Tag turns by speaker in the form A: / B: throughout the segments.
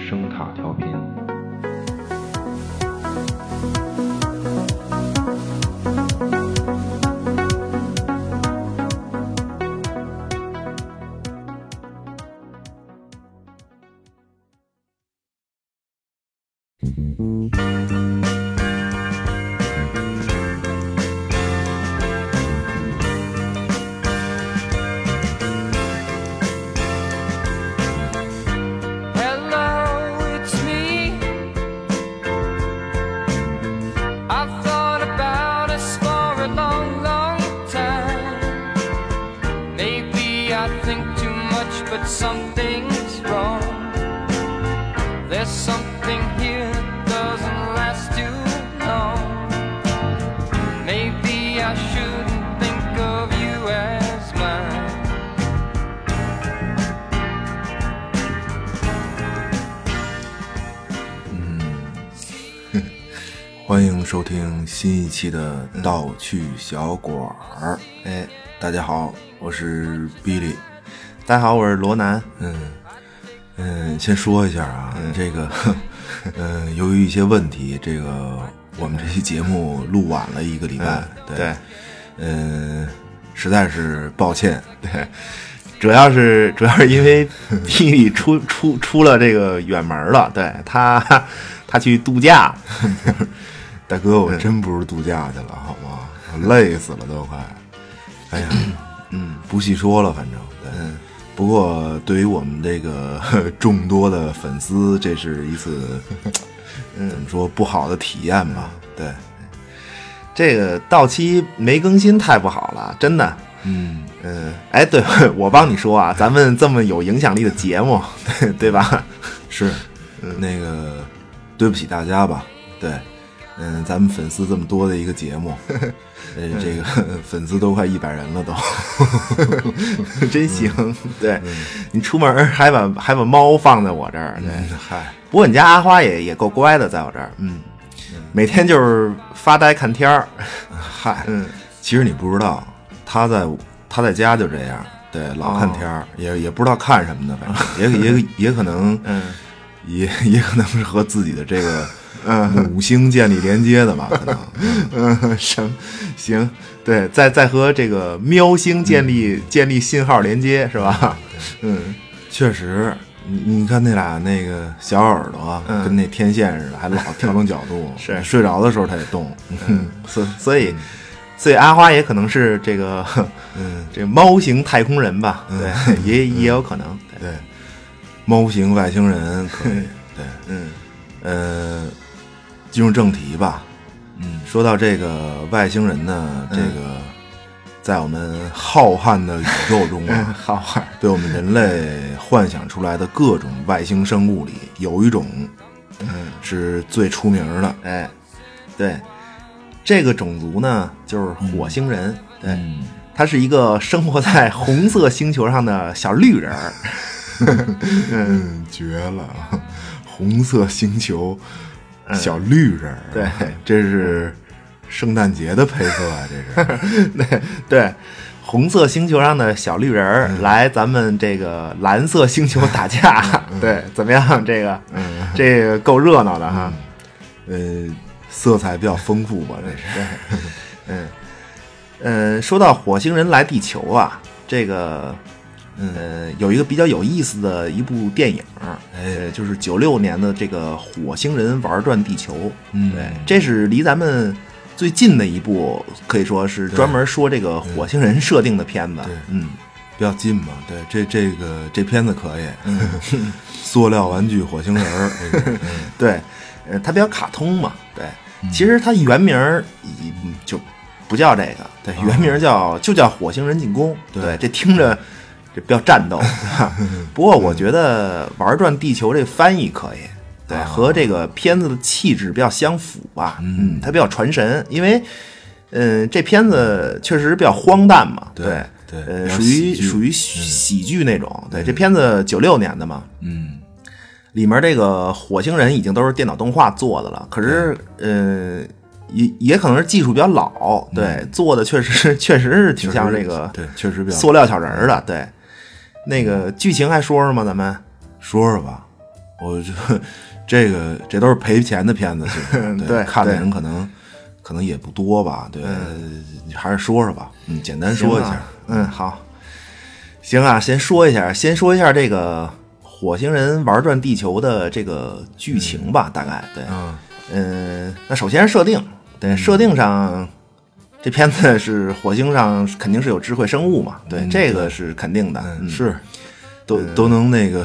A: 声塔调频。
B: Hello, it's me. I've thought about us for a long, long time. Maybe I think too much, but something's wrong. There's something here that doesn't last too long. Maybe I shouldn't think of you as mine.
C: 欢迎收听新一期的《盗趣小馆儿》。哎，大家好，我是比利。
D: 大家好，我是罗南。
C: 嗯嗯，先说一下啊，这个， 嗯，由于一些问题，这个我们这期节目录晚了一个礼拜。对，
D: 对，
C: 嗯，实在是抱歉。对，
D: 主要是主要是 因为霹雳出出出了这个远门了，对他他去度假，
C: 大哥，我真不是度假去了，好吗？我累死了都快。哎 呀，嗯，不细说了，反正对。不过，对于我们这个 呵众多的粉丝，这是一次怎么说不好的体验吧？对，
D: 这个到期没更新太不好了，真的。
C: 嗯，
D: 嗯，哎， 对我帮你说啊，咱们这么有影响力的节目，对对吧？
C: 嗯是，那个对不起大家吧，对，嗯，咱们粉丝这么多的一个节目， 呃，这个
D: 嗯
C: 粉丝都快一百人了 都，
D: 真行，对你出门还把还把猫放在我这儿，对。
C: 嗨，
D: 不过你家阿花也也够乖的，在我这儿，嗯，每天就是发呆看天儿，
C: 嗨，
D: 嗯，
C: 其实你不知道，他在他在家就这样，对，老
D: 哦
C: 看天儿、也也不知道看什么的，反 正也也也可能，
D: 嗯，
C: 也 也可能是和自己的这 个母星建立连接的吧，可能，嗯
D: 嗯，什么行？对，再再和这个喵星建
C: 嗯
D: 立、建立信号连接是吧？嗯，
C: 确实。你你看那俩那个小耳朵啊、
D: 嗯
C: 跟那天线似的，还老调整角度。
D: 是
C: 睡着的时候它也动。嗯
D: 所所以所以阿花也可能是这个呵
C: 嗯，
D: 这猫型太空人吧？对，也也有可能。对，
C: 对，猫型外星人可以。 对，
D: 嗯
C: 呃，进入正题吧。嗯，说到这个外星人呢，这个在我们浩瀚的宇宙中
D: 嗯，
C: 啊，
D: 好玩儿。
C: 对我们人类幻想出来的各种外星生物里，有一种，嗯，是最出名的。
D: 哎，对，这个种族呢就是火星人。对，
C: 嗯
D: 他是一个生活在红色星球上的小绿人儿。
C: 嗯，绝了！红色星球，小绿人儿，
D: 对
C: 这是圣诞节的配色啊，这是。
D: 对对，红色星球上的小绿人儿
C: 嗯
D: 来咱们这个蓝色星球打架，
C: 嗯
D: 对，怎么样？这个，这个够热闹的哈。
C: 呃，色彩比较丰富吧，这是。
D: 嗯，说到火星人来地球啊，这个，
C: 嗯
D: 呃，有一个比较有意思的一部电影，
C: 哎
D: 呃，就是九六年的这个《火星人玩转地球》，
C: 嗯
D: 对，这是离咱们最近的一部，可以说是专门说这个火星人设定的片子，嗯。
C: 比较近嘛，对，这这个这片子可以，嗯 塑料玩具火星人 儿，这个嗯
D: 对，呃，它比较卡通嘛，对。其实它原名儿已就不叫这个，对，原名儿叫就叫《火星人进攻》，
C: 哦对
D: 对，这听着这比较战 斗，对吧？不过我觉得“玩转地球”这翻译可以，对，
C: 哦
D: 和这个片子的气质比较相符吧，嗯，它比较传神，因为。嗯，这片子确实比较荒诞嘛，
C: 对对
D: 呃，
C: 比较
D: 属
C: 喜
D: 于
C: 剧
D: 属于喜剧那种，对，这片子九六年的嘛，
C: 嗯，
D: 里面这个火星人已经都是电脑动画做的了，可是呃，也也可能是技术比较老，对，做的确实确实是挺像这个
C: 对，嗯确实比较
D: 塑料小人儿的，对。那个剧情还说说吗？咱们
C: 说说吧，我觉得这个这都是赔钱的片子，其 实
D: 对
C: 看的
D: 对嗯
C: 人可能可能也不多吧，对，你还是说说吧，嗯，简单说一
D: 行
C: 下
D: 啊，嗯，好，行啊，先说一下，先说一下这个火星人玩转地球的这个剧情吧，大概对，
C: 嗯
D: 嗯，那首先是设定，对，设定上这片子是火星上肯定是有智慧生物嘛，嗯对，这个是肯定的，嗯
C: 是都都能那个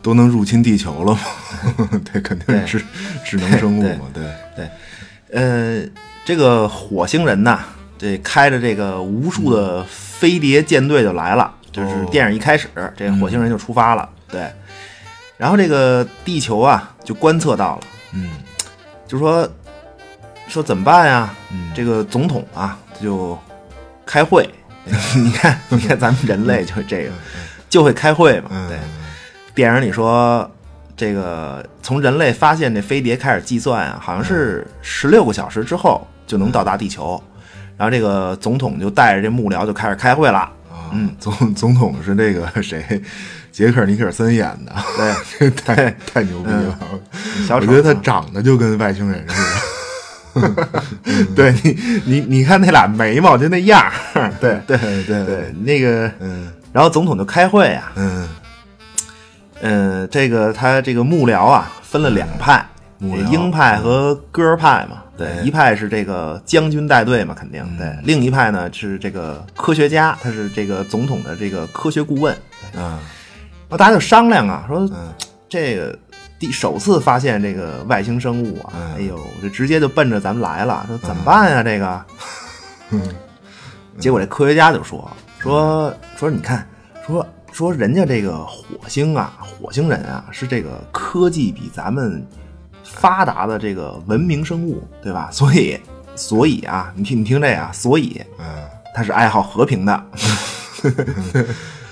C: 都能入侵地球了嘛， 对，肯定是智智能生物嘛，对，
D: 对，呃，这个火星人呐，这开着这个无数的飞碟舰队就来了，
C: 哦
D: 就是电影一开始，这火星人就出发了，
C: 嗯
D: 对。然后这个地球啊，就观测到了，
C: 嗯
D: 就说说怎么办呀？
C: 嗯
D: 这个总统啊，就 开会。你看，你看咱们人类就是这个，就会开会嘛。
C: 嗯，
D: 对，电影里说，这个从人类发现这飞碟开始计算啊，好像是十六个小时之后就能到达地球。然后这个总统就带着这幕僚就开始开会了。嗯
C: 啊，总总统是那个谁，杰克尼克森演的，
D: 对，嗯
C: 这太太牛逼了，
D: 小
C: 我
D: 丑嗯
C: 觉得他长得就跟外星人似的，
D: 对你你你看那俩眉毛就那样儿， 对对
C: 对 对
D: 对，，那个，
C: 嗯
D: 然后总统就开会啊，
C: 嗯，
D: 嗯，这个他这个幕僚啊分了两派，
C: 嗯幕僚
D: 鹰派和鸽派嘛。对
C: 哎，
D: 一派是这个将军带队嘛，肯定对；
C: 嗯
D: 另一派呢是这个科学家，他是这个总统的这个科学顾问。
C: 啊，
D: 然后大家就商量啊，说
C: 嗯
D: 这个第首次发现这个外星生物啊，
C: 嗯
D: 哎呦，这直接就奔着咱们来了，说怎么办呀、这个，
C: 嗯
D: 结果这科学家就说说说你看说说人家这个火星啊，火星人啊是这个科技比咱们发达的这个文明生物，对吧？所以所以啊，你听你听这啊，所以
C: 嗯，
D: 他是爱好和 平的，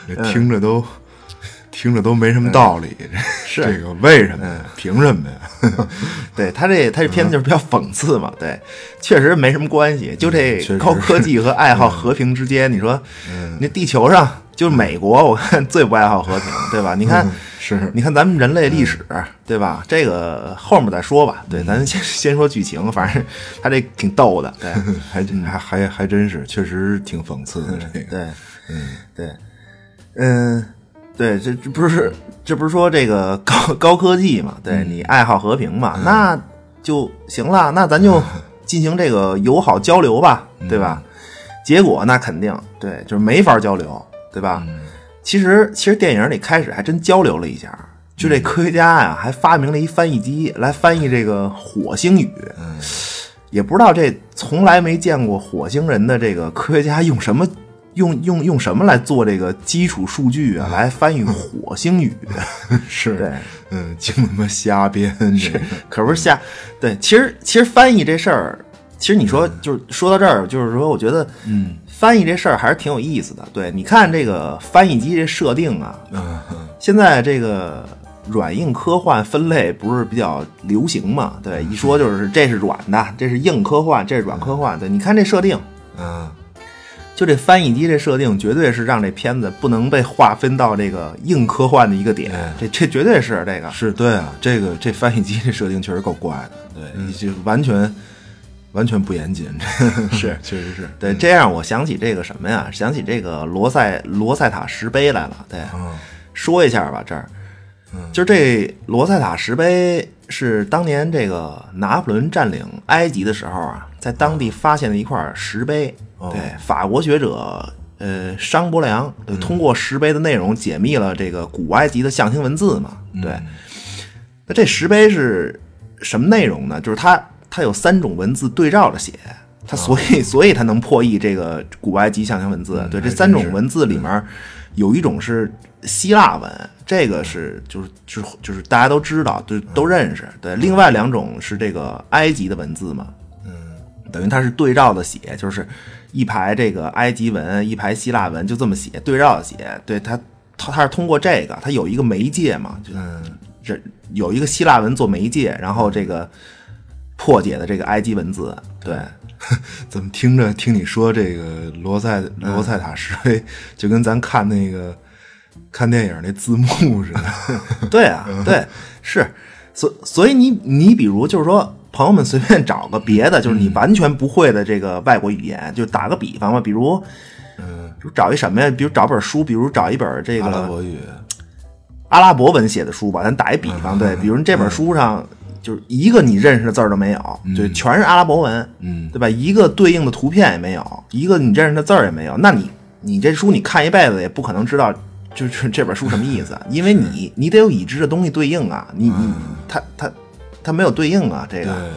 C: 这听着都听着都没什么道理，这
D: 是
C: 这个为什么
D: 嗯
C: 呀？凭什么呀？
D: 对他这他这片子就是比较讽刺嘛，对，确实没什么关系，就
C: 嗯
D: 这
C: 确实嗯
D: 高科技和爱好和平之间，你说，那地球上就是美国，我看最不爱好和平，对吧？你看，
C: 嗯是
D: 你看咱们人类历史，
C: 嗯
D: 对吧？这个后面再说吧，对，咱先先说剧情，反正他这挺逗的，对
C: 还还还还真是，确实挺讽刺的这个，啊
D: 对，嗯对，嗯。对，这这不是这不是说这个高高科技嘛？对
C: 嗯
D: 你爱好和平嘛，那就行了。那 咱就进行这个友好交流吧，对吧？
C: 嗯
D: 结果那肯定对，就是没法交流，对
C: 嗯
D: 吧？其实其实电影里开始还真交流了一下，就这科学家呀、还发明了一翻译机来翻译这个火星语。也不知道这从来没见过火星人的这个科学家用什么用用用什么来做这个基础数据啊，来翻译火星 语。对
C: 是，嗯，净他妈瞎编，这个
D: 可不是瞎。对，其实其实翻译这事儿，其实你说就是说到这儿，就是说我觉得，嗯，翻译这事儿还是挺有意思的。对，你看这个翻译机这设定啊，
C: 嗯
D: 现在这个软硬科幻分类不是比较流行嘛？对，
C: 嗯
D: 一说就是这是软的，这是硬科幻，这是软科幻。对，你看这设定。
C: 嗯，
D: 就这翻译机这设定，绝对是让这片子不能被划分到这个硬科幻的一个点，这这绝对是这个
C: 哎是对啊，这个这翻译机这设定确实够怪的，
D: 嗯
C: 对，就完全完全不严谨，是，确实是，
D: 对，这让我想起这个什么呀？想起这个罗塞罗塞塔石碑来了。对，
C: 嗯
D: 说一下吧，这儿，就是这罗塞塔石碑是当年这个拿破仑占领埃及的时候啊，在当地发现的一块石碑。
C: 哦
D: 对，法国学者呃商伯良对
C: 嗯
D: 通过石碑的内容解密了这个古埃及的象形文字嘛。
C: 嗯
D: 对，那这石碑是什么内容呢？就是它它有三种文字对照着写，它所以、 所以它能破译这个古埃及象形文字。对，这三种文字里面有一种是希腊文，这个是就是就是就是大家都知道，就都认识。对，另外两种是这个埃及的文字嘛，等于它是对照的写，就是一排这个埃及文，一排希腊文，就这么写，对照的写。对它，它它是通过这个，它有一个媒介嘛，就这有一个希腊文做媒介，然后这个破解的这个埃及文字， 对，
C: 怎么听着听你说这个罗塞
D: 嗯
C: 罗塞塔石碑，就跟咱看那个看电影那字幕似的，嗯
D: 对啊，对，是，所所以你你比如就是说，朋友们随便找个别的，就是你完全不会的这个外国语言，就打个比方吧，比如，嗯，找一什么呀？比如找本书，比如找一本这个
C: 阿拉伯语，
D: 阿拉伯文写的书吧，咱打一比方，
C: 嗯
D: 对，比如这本书上就是一个你认识的字儿都没有，就全是阿拉伯文，
C: 嗯
D: 对吧？一个对应的图片也没有，一个你认识的字儿也没有，那你你这书你看一辈子也不可能知道。就是 这本书什么意思？因为你你得有已知的东西对应啊，你你它它它没有对应啊，这
C: 对
D: 个，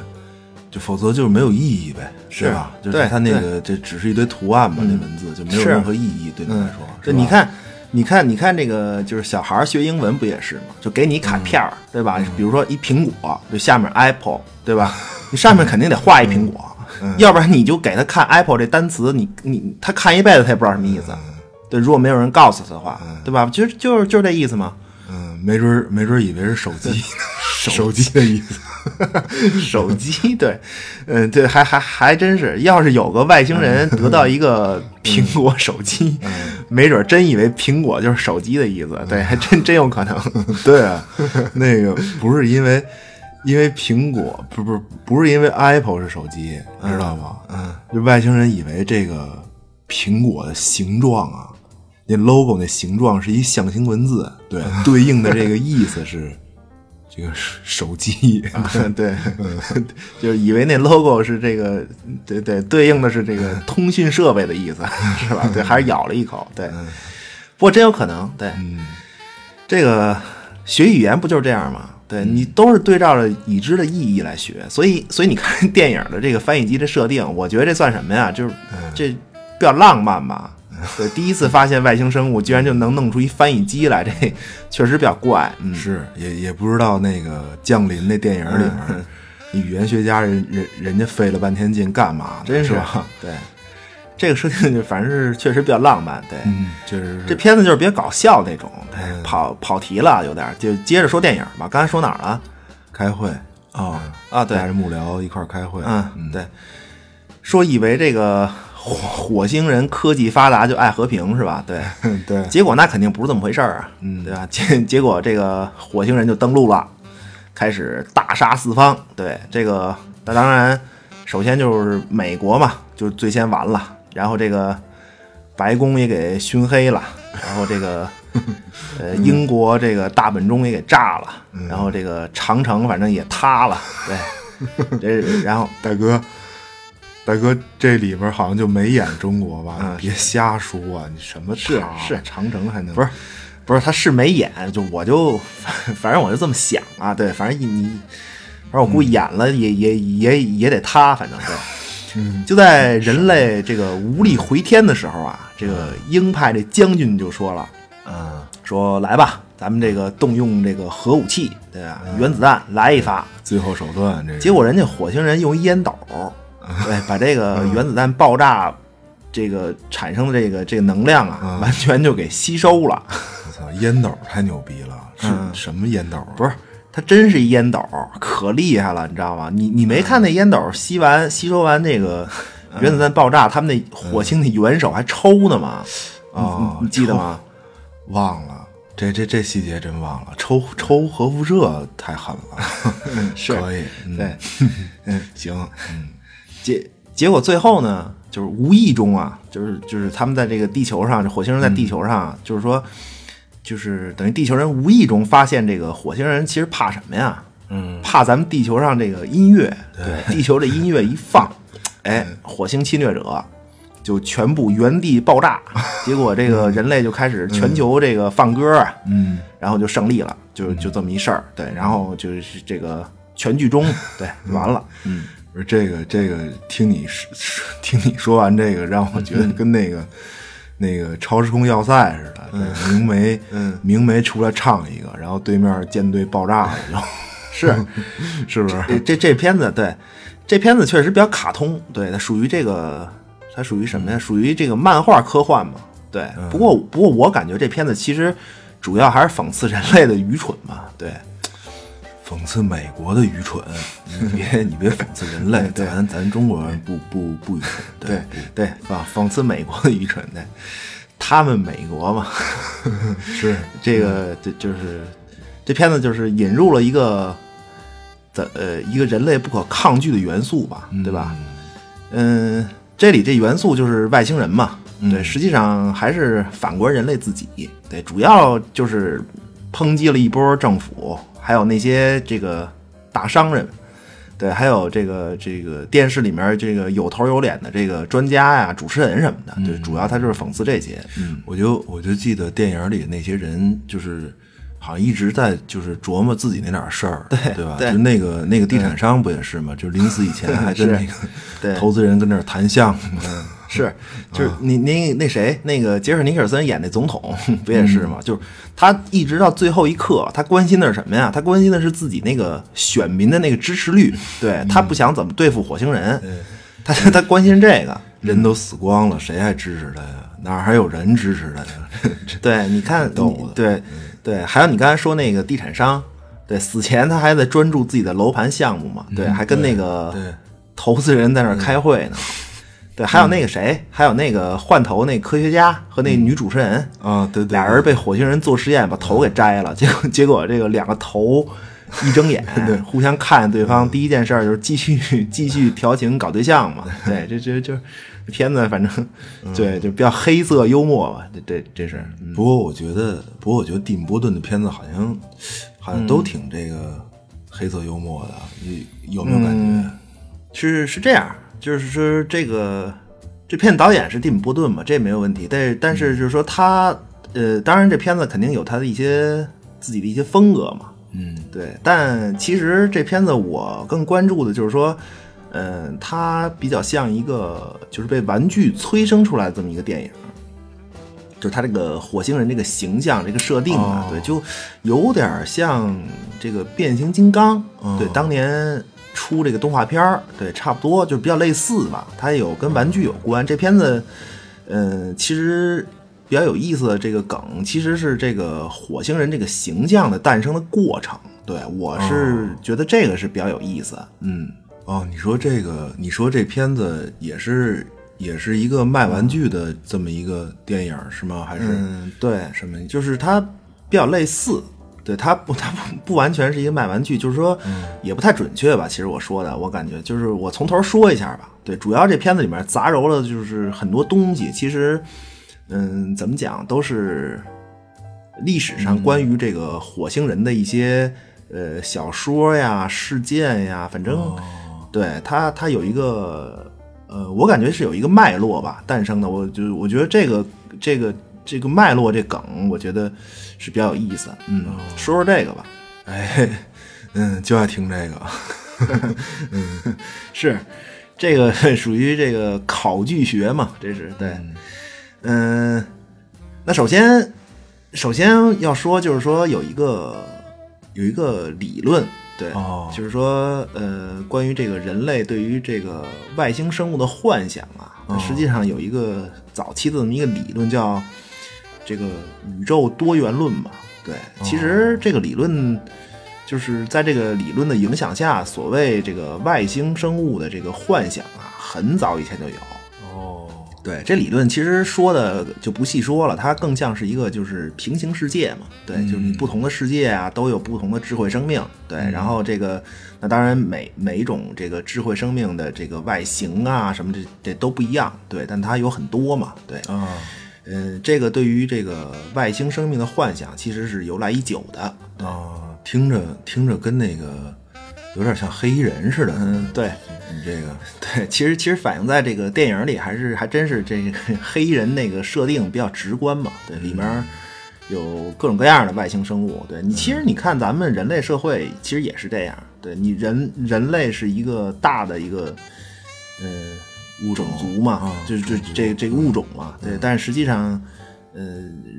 C: 就否则就是没有意义呗，是吧？就
D: 对嗯
C: 是它那个这只是一堆图案嘛，那文字就没有
D: 是
C: 任何意义，对你来说，
D: 就是
C: 吧
D: 你，看，你看，你看这个就是小孩儿学英文不也是吗？就给你卡片
C: 嗯
D: 儿，对吧？比如说一苹果，就下面 apple，对 吧？你上面肯定得画一苹果，
C: 嗯
D: 要不然你就给他看 apple 这单词，你你他看一辈子他也不知道什么意思。
C: 嗯
D: 对，如果没有人告诉他的话，对吧？就就是就是这意思嘛。
C: 嗯，没准儿没准儿以为是手机， 手机的意思，
D: 手机对，嗯，对，还还还真是，要是有个外星人
C: 嗯
D: 得到一个苹果手机， 没准真以为苹果就是手机的意思，对，还真真有可能。
C: 嗯 对啊，那个不是因为。因为苹果不不不是因为 Apple 是手机，知道吗？嗯，就外星人以为这个苹果的形状啊，那 logo 那形状是一象形文字，对， 对应的这个意思是这个手机，
D: 啊对， 就是以为那 logo 是这个，对对，对应的是这个通讯设备的 意思，是吧？对，还是咬了一口，对。
C: 嗯
D: 不过真有可能，对，这个学语言不就是这样吗？对
C: 嗯
D: 你都是对照着已知的意义来学，所以所以你看电影的这个翻译机的设定，我觉得这算什么呀？就是
C: 嗯
D: 这比较浪漫吧。对，第一次发现外星生物居然就能弄出一翻译机来，这确实比较怪。嗯，
C: 是也也不知道那个降临那电影里面，
D: 嗯
C: 语言学家人人人家费了半天劲干嘛呢？
D: 真
C: 是
D: 是
C: 吧？
D: 对， 这个设定就反正是确实比较浪漫，对。
C: 嗯，确实是
D: 这片子就是比较搞笑那种，对跑跑题了有点儿，就接着说电影吧。刚才说哪儿了？
C: 开会啊
D: 啊对
C: 带着幕僚一块儿开会，
D: 嗯，对，说以为这个火火星人科技发达就爱和平是吧？对，
C: 对，
D: 结果那肯定不是这么回事儿啊，嗯，对吧？ 结结果这个火星人就登陆了，开始大杀四方。对，这个那当然，首先就是美国嘛，就最先完了，然后这个白宫也给熏黑了，然后这个呃英国这个大本钟也给炸了，然后这个长城反正也塌了，对，这 然后
C: 大哥。大哥，这里边好像就没演中国吧？你别瞎说啊！你什么
D: 是
C: 塔
D: 是
C: 长城还能
D: 不是，不是，他是没演，就我就 反正我就这么想啊，对，反正你你，反正我估
C: 嗯
D: 计演了也、也也也得他，反正对。
C: 嗯
D: 就在人类这个无力回天的时候啊，这个鹰派这将军就说了，
C: 啊？
D: 说来吧，咱们这个动用这个核武器，对吧？原子弹来一发。
C: 最后手段这个
D: 结果人家火星人用一烟斗，对，把这个原子弹爆炸这个产生的这个这个能量啊，完全就给吸收了。
C: 我操，烟斗太牛逼了！是什么烟斗啊？
D: 不是，它真是一烟斗，可厉害了，你知道吗？你你没看那烟斗吸完吸收完那个原子弹爆炸，他们那火星那元首还抽呢吗？
C: 哦
D: 你你记得吗？
C: 忘了，这这这细节真忘了。抽抽核辐射太狠了，
D: 是
C: 可以，嗯
D: 对，
C: 行，
D: 结结果最后呢，就是无意中啊，就是就是他们在这个地球上，这火星人在
C: 嗯
D: 地球上啊，就是说，就是等于地球人无意中发现这个火星人其实怕什么呀？
C: 嗯，
D: 怕咱们地球上这个音乐，对，地球这音乐一放，哎，
C: 嗯
D: 火星侵略者就全部原地爆炸，结果这个人类就开始全球这个放歌啊，
C: 嗯，
D: 然后就胜利了，就就这么一事儿，对，然后就是这个全剧 终，对，完了，嗯。
C: 不是这个这个，听你说听你说完这个，让我觉得跟那个、那个超时空要塞似的。对明媒，
D: 嗯
C: 明媒出来唱一个，然后对面舰队爆炸 了，就是 是不是？
D: 这这这片子对，这片子确实比较卡通，对，它属于这个，它属于什
C: 嗯
D: 么呀？属于这个漫画科幻嘛？对，不过不过我感觉这片子其实主要还是讽刺人类的愚蠢嘛，对，
C: 讽刺美国的愚蠢，你别你别讽刺人类，
D: 对
C: 咱咱中国人不不不愚蠢，
D: 对对啊，讽刺美国的愚蠢对，他们美国嘛，
C: 是
D: 这个这就是这片子就是引入了一个的呃一个人类不可抗拒的元素吧，对吧？嗯、这里这元素就是外星人嘛，对，实际上还是反观人类自己，对，主要就是抨击了一波政府，还有那些这个大商人。对，还有这个这个电视里面这个有头有脸的这个专家呀、主持人什么的，对，主要他就是讽刺这些。
C: 嗯
D: 嗯
C: 我就我就记得电影里那些人就是。好像一直在就是琢磨自己那点儿事儿，对吧？
D: 对
C: 就那个那个地产商不也是吗？就临死以前还跟
D: 是
C: 那
D: 对
C: 个投资人跟那儿谈项目，
D: 是，就是你那那谁，那个杰克尼克尔森演那总统 不也是吗？就是他一直到最后一刻，他关心的是什么呀？他关心的是自己那个选民的那个支持率，对他不想怎么对付火星人，他他关心这个。
C: 人都死光了，谁还支持他呀？哪还有人支持他呀？
D: 对，你看，
C: 逗
D: 你
C: 的嗯
D: 对对，还有你刚才说那个地产商，对，死前他还在专注自己的楼盘项目嘛，对，还跟那个
C: 嗯对 嗯
D: 投资人在那儿开会呢。对，还有那个谁，还有那个换头那科学家和那女主持人，
C: 啊，对对，
D: 俩人被火星人做实验，把头给摘了，结果结果这个两个头一睁眼，互相看 对方，第一件事儿就是继续继续调情搞对象嘛。对，嗯这这就是片子，反正对就比较黑色幽默吧，这这这是嗯
C: 不过我觉得，不过我觉得蒂姆·波顿的片子好像好像都挺这个黑色幽默的，啊你有没有感觉？
D: 是是这样，就是说这个这片导演是蒂姆·波顿嘛，这没有问题。但是但是就是说他呃，当然这片子肯定有他的一些自己的一些风格嘛，
C: 嗯，
D: 对。但其实这片子我更关注的就是说，嗯、它比较像一个就是被玩具催生出来的这么一个电影。就是他这个火星人这个形象、这个设定啊，
C: 哦
D: 对，就有点像这个变形金刚，
C: 嗯
D: 对，当年出这个动画片儿，对，差不多就比较类似吧。它也有跟玩具有关。这片子，嗯、其实比较有意思的这个梗，其实是这个火星人这个形象的诞生的过程。对我是觉得这个是比较有意思，嗯，
C: 哦，你说这个，你说这片子也是也是一个卖玩具的这么一个电影是吗？还是、
D: 嗯，对，
C: 什么
D: 就是它比较类似，对它不，它不不完全是一个卖玩具，就是说也不太准确吧。其实我说的，我感觉就是我从头说一下吧。对，主要这片子里面杂糅了就是很多东西，其实嗯，怎么讲都是历史上关于这个火星人的一些、呃小说呀、事件呀，反正、
C: 嗯
D: 对它它有一个呃，我感觉是有一个脉络吧诞生的。我就我觉得这个这个这个脉络这梗，我觉得是比较有意思的。嗯，说说这个吧。
C: 哦哎，嗯，就爱听这个， 嗯
D: 是，这个 属于这个考据学嘛，这是对，嗯、那首先首先要说就是说有一个有一个理论，对，
C: 哦
D: 就是说呃，关于这个人类对于这个外星生物的幻想啊，那实际上有一个早期的这么一个理论叫这个宇宙多元论嘛，对，其实这个理论。就是在这个理论的影响下，所谓这个外星生物的这个幻想啊，很早以前就有。
C: 哦，
D: 对，这理论其实说的就不细说了，它更像是一个就是平行世界嘛。对，就是你不同的世界
C: 嗯
D: 啊，都有不同的智慧生命。对，然后这个那当然每每一种这个智慧生命的这个外形啊什么这这都不一样。对，但它有很多嘛。对，
C: 啊，
D: 嗯，这个对于这个外星生命的幻想其实是由来已久的。
C: 啊，听着听着跟那个有点像黑衣人似的，
D: 嗯，对，
C: 你这个
D: 对，其实其实反映在这个电影里，还是还真是这个 黑衣人那个设定比较直观嘛。对，里面有各种各样的外星生物。对你，其实你看咱们人类社会，其实也是这样。对你人人类是一个大的一个，呃，物种族嗯嘛，
C: 啊
D: 就是这这这个物种嘛。对，但是实际上。呃，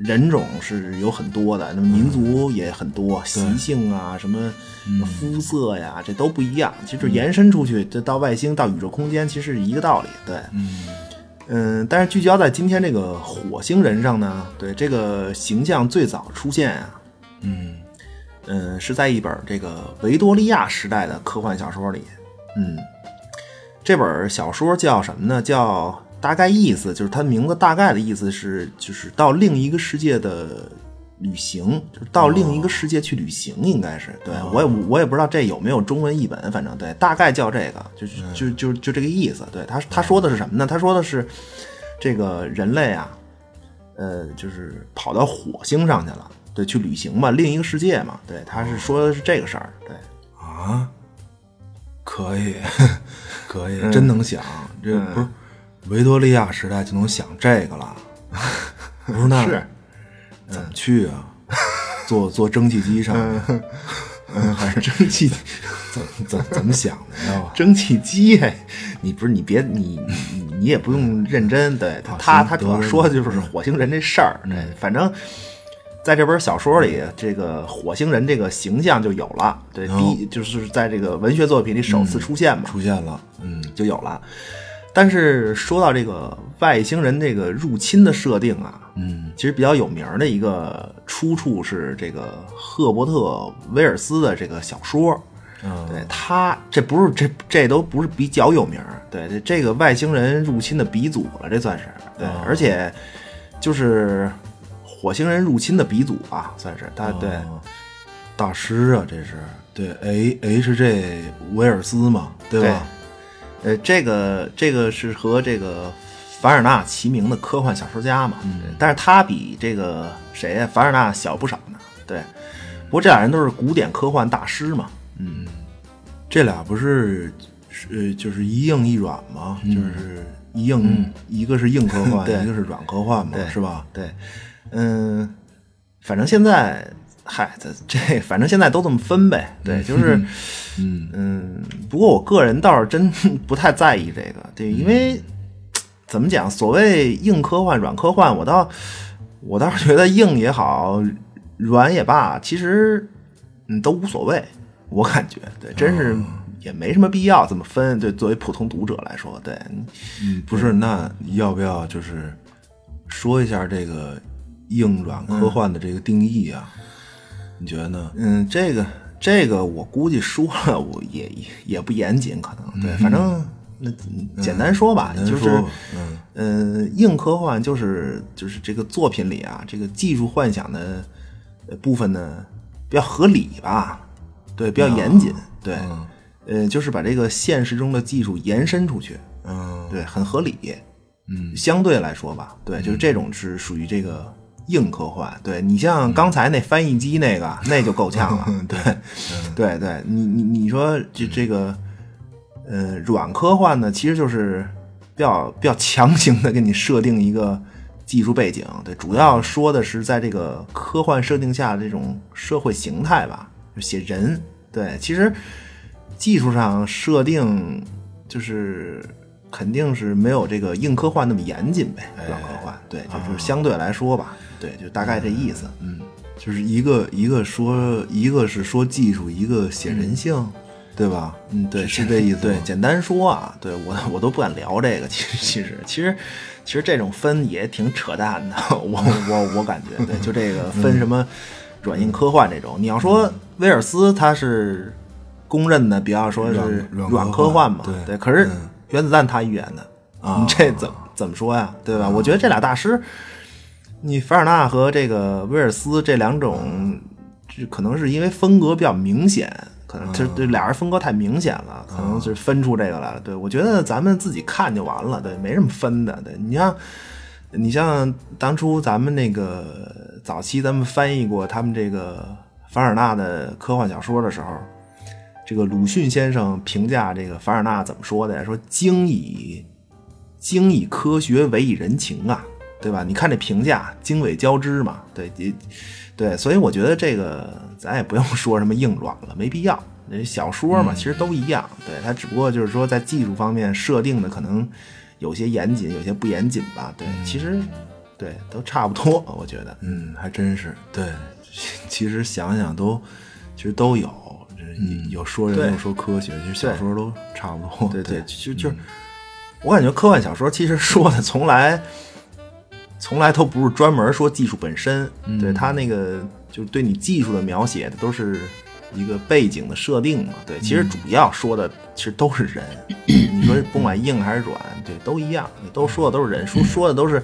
D: 人种是有很多的，那么民族也很多，习性啊，什么肤色呀，这都不一样。其实延伸出去，这到外星、到宇宙空间，其实是一个道理。对，嗯但是聚焦在今天这个火星人上呢，对这个形象最早出现啊，嗯是在一本这个维多利亚时代的科幻小说里，嗯，这本小说叫什么呢？叫大概意思就是它名字大概的意思是，就是到另一个世界的旅行，就是到另一个世界去旅行，应该是对我也我也不知道这有没有中文译本，反正对，大概叫这个，就是就就就这个意思。对他他说的是什么呢？他说的是这个人类啊，呃，就是跑到火星上去了，对，去旅行嘛，另一个世界嘛，对，他是说的是这个事儿，对，
C: 哦啊，可以， 可
D: 嗯
C: 以，真能想，这不是维多利亚时代就能想这个了。我说那
D: 是嗯
C: 怎么去啊？坐坐蒸汽机上面，嗯
D: 还是蒸汽
C: 怎么怎么怎么想的，你知道吧？
D: 蒸汽机，嘿你不是你别你你你也不用认真，对他他
C: 行
D: 他主要
C: 得了
D: 说的就是火星人这事儿，对，反正在这本小说里，这个火星人这个形象就有了，对，第一就是在这个文学作品里首次出现嘛，
C: 出现了，嗯，
D: 就有了。但是说到这个外星人这个入侵的设定啊，嗯，其实比较有名儿的一个出处是这个赫伯特·威尔斯的这个小说，嗯，对他这不是这这都不是比较有名儿，对这这个外星人入侵的鼻祖了，这算是对，
C: 嗯
D: 而且就是火星人入侵的鼻祖啊，算是他对，
C: 大师啊，这是嗯对 A H J 维尔斯嘛，对
D: 对
C: 吧？
D: 呃，这个这个是和这个凡尔纳齐名的科幻小说家嘛，
C: 嗯
D: 但是他比这个谁啊呀凡尔纳小不少呢。对，不过这俩人都是古典科幻大师嘛。嗯
C: 这俩不是呃，就是一硬一软嘛，就是一硬、一个是硬科幻，
D: 嗯 对
C: 一个是软科幻嘛
D: 对，
C: 是吧？
D: 对，嗯，反正现在，嗨，这这反正现在都这么分呗。对， 就是，嗯不过我个人倒是真不太在意这个，对，
C: 嗯
D: 因为怎么讲，所谓硬科幻、软科幻，我倒我倒是觉得硬也好，软也罢，其实嗯都无所谓，我感觉对，真是。
C: 哦
D: 也没什么必要这么分，对，作为普通读者来说，对，
C: 嗯，不是，那要不要就是说一下这个硬软科幻的这个定义啊？你觉得呢？
D: 嗯，这个这个我估计说了，我也也也不严谨，可能对，反正那简单说吧，
C: 嗯简单
D: 就是
C: 说吧嗯
D: 呃，硬科幻就是就是这个作品里啊，这个技术幻想的呃部分呢比较合理吧，对，比较严谨，
C: 啊哎
D: 对，
C: 嗯
D: 呃，就是把这个现实中的技术延伸出去，
C: 嗯，
D: 对，很合理。嗯，相对来说吧，对，就是这种是属于这个硬科幻。对你像刚才那翻译机那个，那就够呛了。嗯 对，嗯对对，你你你说这这个，呃，软科幻呢，其实就是比较比较强行的给你设定一个技术背景。对，主要说的是在这个科幻设定下的这种社会形态吧，就写人。对，其实技术上设定就是肯定是没有这个硬科幻那么严谨呗，软科幻对，就是相对来说吧，对，就大概这意思。嗯，
C: 就是一个一个说，一个是说技术，一个写人性，对吧？
D: 嗯，对，
C: 是这意思吗
D: 对，简单说啊，对我我都不敢聊这个。其实其实其实其实这种分也挺扯淡的， 我我我感觉，对，就这个
C: 嗯
D: 分什么软硬科幻这种，你要说威尔斯他是公认的，比方说是
C: 软
D: 软
C: 软
D: 科
C: 科
D: 幻
C: 幻
D: 嘛，
C: 对
D: 可是
C: 嗯啊
D: 原子弹他一元的，你这怎么怎么说呀？对吧？我觉得这俩大师，你凡尔纳和这个威尔斯这两种，这可能是因为风格比较明显，可能
C: 嗯
D: 这这俩人风格太明显了，可能是分出这个来了。对我觉得咱们自己看就完了，对，没什么分的。对你像，你像当初咱们那个早期咱们翻译过他们这个凡尔纳的科幻小说的时候，这个鲁迅先生评价这个凡尔纳怎么说的呀？说精以精以科学，委以人情啊，对吧？你看这评价，经纬交织嘛，对，也对，所以我觉得这个咱也不用说什么硬软了，没必要。那小说嘛，其实都一样，对，它只不过就是说在技术方面设定的可能有些严谨，有些不严谨吧，对，其实对都差不多，我觉得，
C: 嗯，还真是对。其 实想想都，其实都有，这有说
D: 嗯对
C: 人，有说科学，其实小
D: 对
C: 说都差不多。
D: 对
C: 对嗯
D: 对，，就就就是我感觉科幻小说其实说的从来从来都不是专门说技术本身，对它那个就是对你技术的描写的都是一个背景的设定嘛。对，其实主要说的其实都是人，你说甭管硬还是软，对，都一样，都说的都是人，说说的都是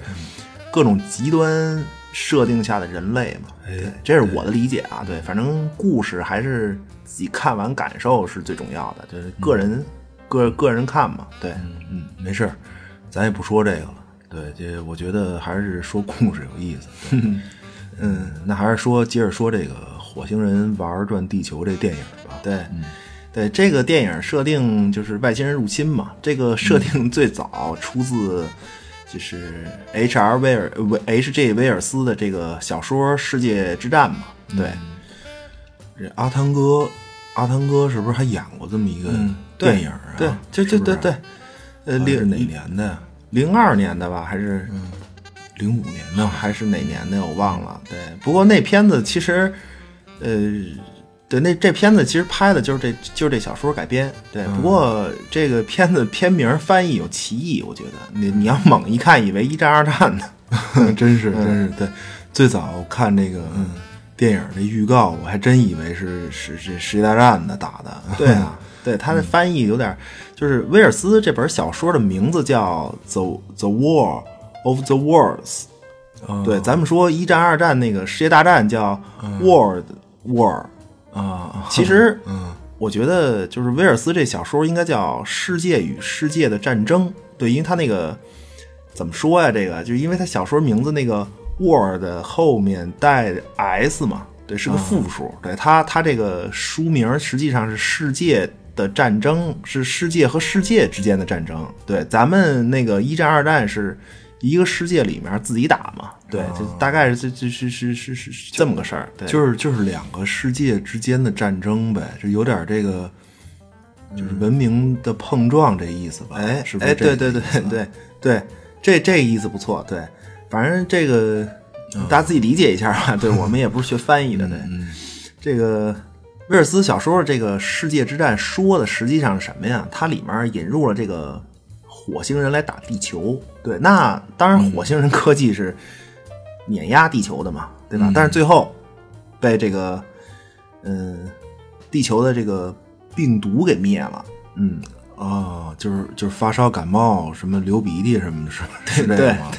D: 各种极端设定下的人类嘛。对，这是我的理解啊。对，反正故事还是自己看完感受是最重要的，就是个人个个人看嘛。对，
C: 嗯，没事儿，咱也不说这个了。对，这我觉得还是说故事有意思。对嗯，那还是说接着说这个火星人玩转地球这电影吧。
D: 对，对，这个电影设定就是外星人入侵嘛。这个设定最早出自就是 H.R. 威尔呃不 H.G. 威尔斯的这个小说《世界之战》嘛。对，
C: 这阿汤哥，阿汤哥是不是还演过这么一个电影啊？
D: 对，对
C: 是
D: 对
C: 不是
D: 对对，，呃，
C: 那是哪
D: 零
C: 年的呀？
D: 零二年的吧，还是
C: 零五年的。
D: 还是哪年的我忘了。对，不过那片子其实，呃，对，那这片子其实拍的就是这就是这小说改编。对，
C: 嗯
D: 不过这个片子片名翻译有歧义，我觉得你你要猛一看，以为一战二战呢。
C: 真
D: 嗯
C: 是真是对。最早看这个电影的预告，我还真以为是是是世界大战的打的。 嗯
D: 对 啊，对它的翻译有点儿，就是威尔斯这本小说的名字叫《The The War of the Worlds》。对，
C: 哦
D: 咱们说一战、二战那个世界大战叫
C: 嗯
D: World War，
C: 啊，
D: 其实，我觉得就是威尔斯这小说应该叫《世界与世界的战争》。对，因为他那个怎么说呀？这个就是因为他小说名字那个 “war” 的后面带 “s” 嘛，对，
C: 嗯
D: 是个复数。对他，他这个书名实际上是《世界的战争》，是世界和世界之间的战争。对，咱们那个一战、二战是。一个世界里面自己打嘛，对，就大概是这这是是是是是这么个事儿，对，
C: 哦就是就是两个世界之间的战争呗，就有点这个，就是文明的碰撞这意思吧？
D: 哎，
C: 是不是
D: 哎，
C: 这个
D: 对
C: 意思？啊
D: 对对对对，这这意思不错。对，反正这个
C: 嗯
D: 大家自己理解一下吧。对我们也不是学翻译的，对。这个威尔斯小说的这个《世界之战》说的实际上是什么呀？它里面引入了这个火星人来打地球。对，那当然火星人科技是碾压地球的嘛，对
C: 嗯
D: 吧？但是最后被这个嗯地球的这个病毒给灭了。嗯，
C: 啊，就是就是发烧、感冒、什么流鼻涕什么的，是是这
D: 对
C: 个吗？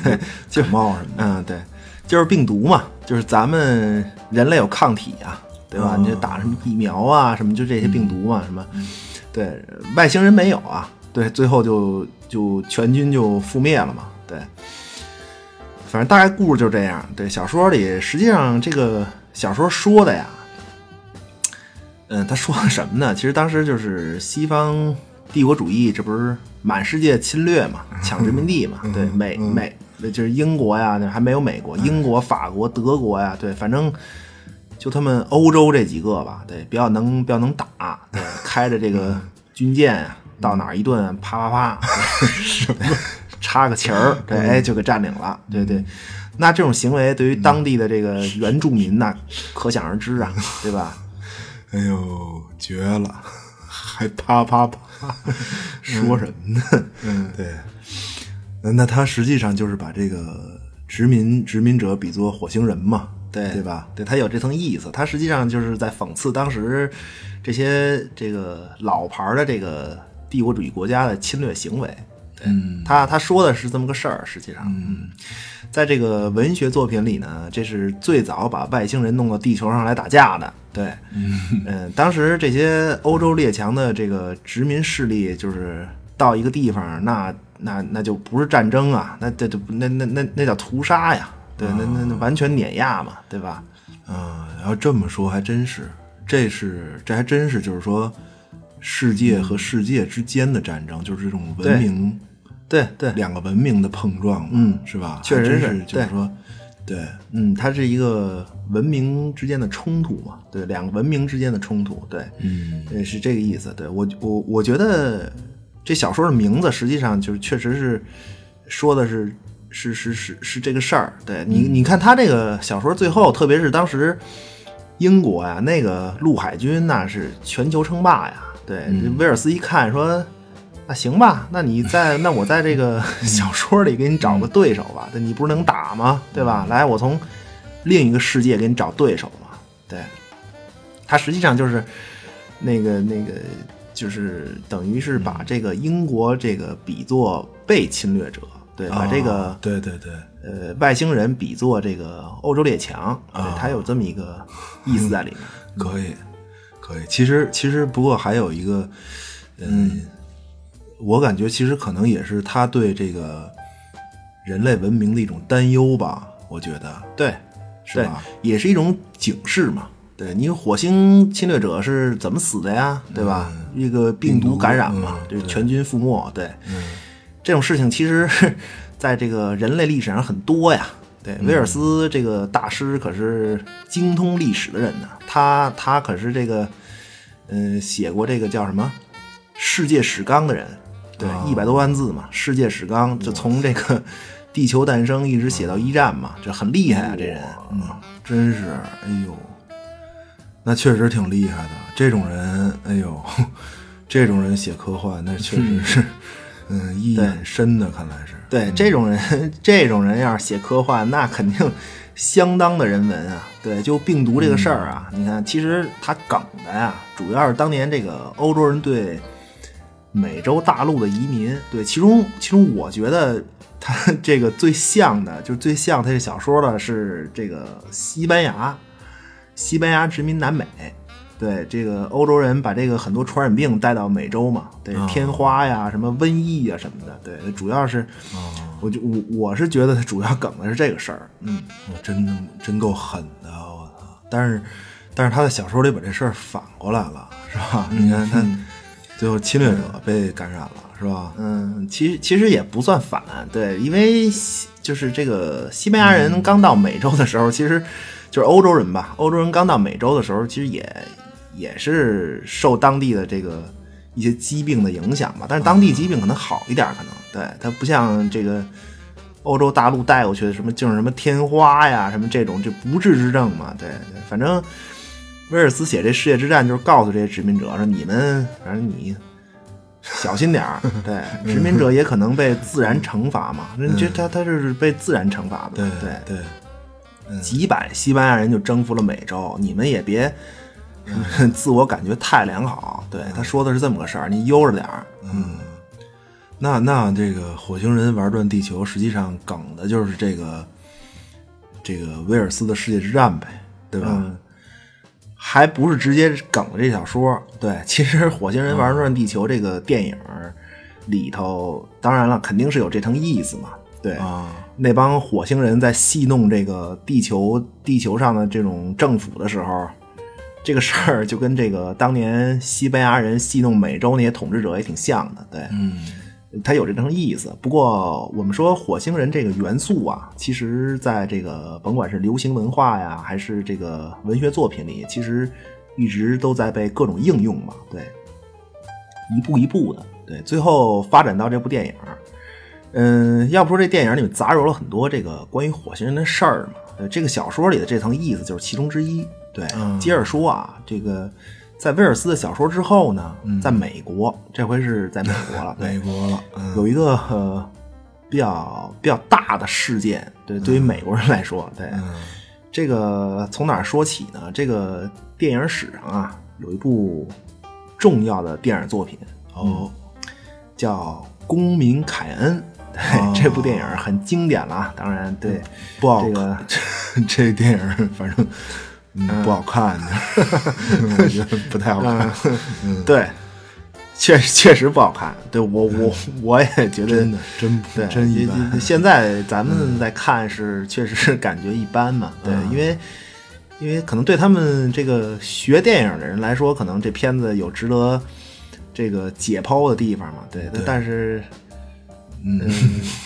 C: 感冒什么的，
D: 嗯，对，就是病毒嘛，就是咱们人类有抗体啊，对
C: 哦
D: 吧？你就打什么疫苗啊，什么就这些病毒嘛，什么，
C: 嗯
D: 对，外星人没有啊，对，最后就就全军就覆灭了嘛，对。反正大概故事就这样。对，小说里实际上这个小说说的呀，嗯，他说的什么呢？其实当时就是西方帝国主义，这不是满世界侵略嘛，抢殖民地嘛，对，美美就是英国呀，那还没有美国，英国、法国、德国呀，对，反正就他们欧洲这几个吧，对，比较能比较能打， 对，开着这个军舰啊到哪儿一顿啪啪啪，什么 插个旗儿，对，哎，就给占领了，对对。那这种行为对于当地的这个原住民 呐、可想而知啊，对吧？
C: 哎呦，绝了，还啪啪啪，说什么呢？嗯，对，那那他实际上就是把这个殖民殖民者比作火星人嘛，
D: 对
C: 对吧？？
D: 对，他有这层意思，他实际上就是在讽刺当时这些这个老牌儿的这个帝国主义国家的侵略行为。对、
C: 嗯
D: 他他说的是这么个事儿，实际上，嗯，在这个文学作品里呢，这是最早把外星人弄到地球上来打架的。对，嗯、当时这些欧洲列强的这个殖民势力，就是到一个地方，那那那就不是战争啊，那这就那那那那叫屠杀呀。对，那那那完全碾压嘛，对吧？
C: 啊，要这么说还真是，这是这还真是，就是说，世界和世界之间的战争，就是这种文
D: 对
C: 明
D: 对对，
C: 两个文明的碰撞嘛，
D: 嗯
C: 是吧？
D: 确
C: 还
D: 实
C: 真
D: 是
C: 是，就是
D: 对
C: 说，对，
D: 嗯，它是一个文明之间的冲突嘛，对，两个文明之间的冲突，对，
C: 嗯，
D: 呃，是这个意思。对我我我觉得这小说的名字实际上就是确实是说的是是是是是这个事儿。对你你看他这个小说最后，特别是当时英国呀、那个陆海军那是全球称霸呀。对，这威尔斯一看说。那行吧，那你在那我在这个 小说里给你找个对手吧，对你不是能打吗？对吧？来，我从另一个世界给你找对手嘛。对，他实际上就是那个那个，就是等于是把这个英国这个比作被侵略者，对，把这个、
C: 哦对对对，
D: 呃外星人比作这个欧洲列强，对，它有这么一个意思在里面。
C: 可以，可以。其实其实不过还有一个，嗯，我感觉其实可能也是他对这个人类文明的一种担忧吧。我觉得，
D: 对，
C: 是
D: 对
C: 吧，
D: 也是一种警示嘛。对你火星侵略者是怎么死的呀？对吧？这个病毒感染嘛，
C: 嗯
D: 这是全军覆没。对，这种事情其实 是在这个人类历史上很多呀。对，
C: 嗯
D: 威尔斯这个大师可是精通历史的人呢，他他可是这个，嗯、写过这个叫什么《世界史纲》的人，对，
C: 哦
D: 一百多万字嘛，《世界史纲》就从这个地球诞生一直写到一战嘛，这很厉害啊，这人，嗯，
C: 真是，哎呦，那确实挺厉害的。这种人，哎呦， 这种人写科幻，那确实 是，嗯，意义很深的，看来是。嗯
D: 对，这种人， 这种人要是写科幻，那肯定相当的人文啊。对，就病毒这个事儿啊，
C: 嗯
D: 你看，其实它梗的呀，主要是当年这个欧洲人对美洲大陆的移民，对，其中其中我觉得他这个最像的，就是最像他这小说的是这个西班牙，西班牙殖民南美。对这个欧洲人把这个很多传染病带到美洲嘛，对
C: 啊
D: 天花呀、什么瘟疫呀什么的，对，主要是，
C: 啊
D: 我就我我是觉得主要梗的是这个事儿，嗯，
C: 我哦真的真够狠的，我操！但是，但是他在小说里把这事儿反过来了，是吧？你看他最后侵略者被感染了，是吧？
D: 嗯，其实其实也不算反，对，因为西就是这个西班牙人刚到美洲的时候，其实就是欧洲人吧，欧洲人刚到美洲的时候，其实也也是受当地的这个一些疾病的影响吧，但是当地疾病可能好一点，可能对它不像这个欧洲大陆带过去的什么就是什么天花呀，什么这种就不治之症嘛，对对，反正。威尔斯写这世界之战，就是告诉这些殖民者说：“你们，反正你小心点儿。对，殖民者也可能被自然惩罚嘛。那这他他是被自然惩罚的
C: 对
D: 嘛。对，
C: 对，
D: 几百西班牙人就征服了美洲，你们也别 自我感觉太良好。对，他说的是这么个事儿，你悠着点儿。嗯
C: 那那这个火星人玩转地球，实际上梗的就是这个这个威尔斯的世界之战呗，对吧？
D: 嗯还不是直接梗了这小说。对，其实《火星人玩转地球》这个电影儿里头，当然了，肯定是有这层意思嘛。对，
C: 啊，
D: 那帮火星人在戏弄这个地球地球上的这种政府的时候，这个事儿就跟这个当年西班牙人戏弄美洲那些统治者也挺像的，对，
C: 嗯，
D: 它有这层意思。不过我们说火星人这个元素啊，其实在这个甭管是流行文化呀，还是这个文学作品里，其实一直都在被各种应用嘛，对，一步一步的，对，最后发展到这部电影儿。嗯，要不说这电影里面杂糅了很多这个关于火星人的事儿嘛，呃，这个小说里的这层意思就是其中之一。对，接着说啊，这个在威尔斯的小说之后呢，在美国，这回是在美国了，对
C: 美国了，嗯，
D: 有一个呃比较比较大的事件，对，对于
C: 嗯
D: 美国人来说，对，这个从哪儿说起呢？这个电影史上啊，有一部重要的电影作品哦，叫《公民凯恩》。对， 这部电影很经典了啊，当然对，
C: 哦嗯不好
D: 这个
C: 看， 这电影反正嗯不好看，我觉得不太好看，
D: 嗯
C: 嗯
D: 对，确实确实不好看。对我 我我也觉 得
C: 真的真不
D: 对，
C: 真一
D: 也
C: 般
D: 也。现在咱们在看是确实是感觉一般嘛，对，
C: 嗯
D: 因为因为可能对他们这个学电影的人来说，可能这片子有值得这个解剖的地方嘛，对，但但是嗯，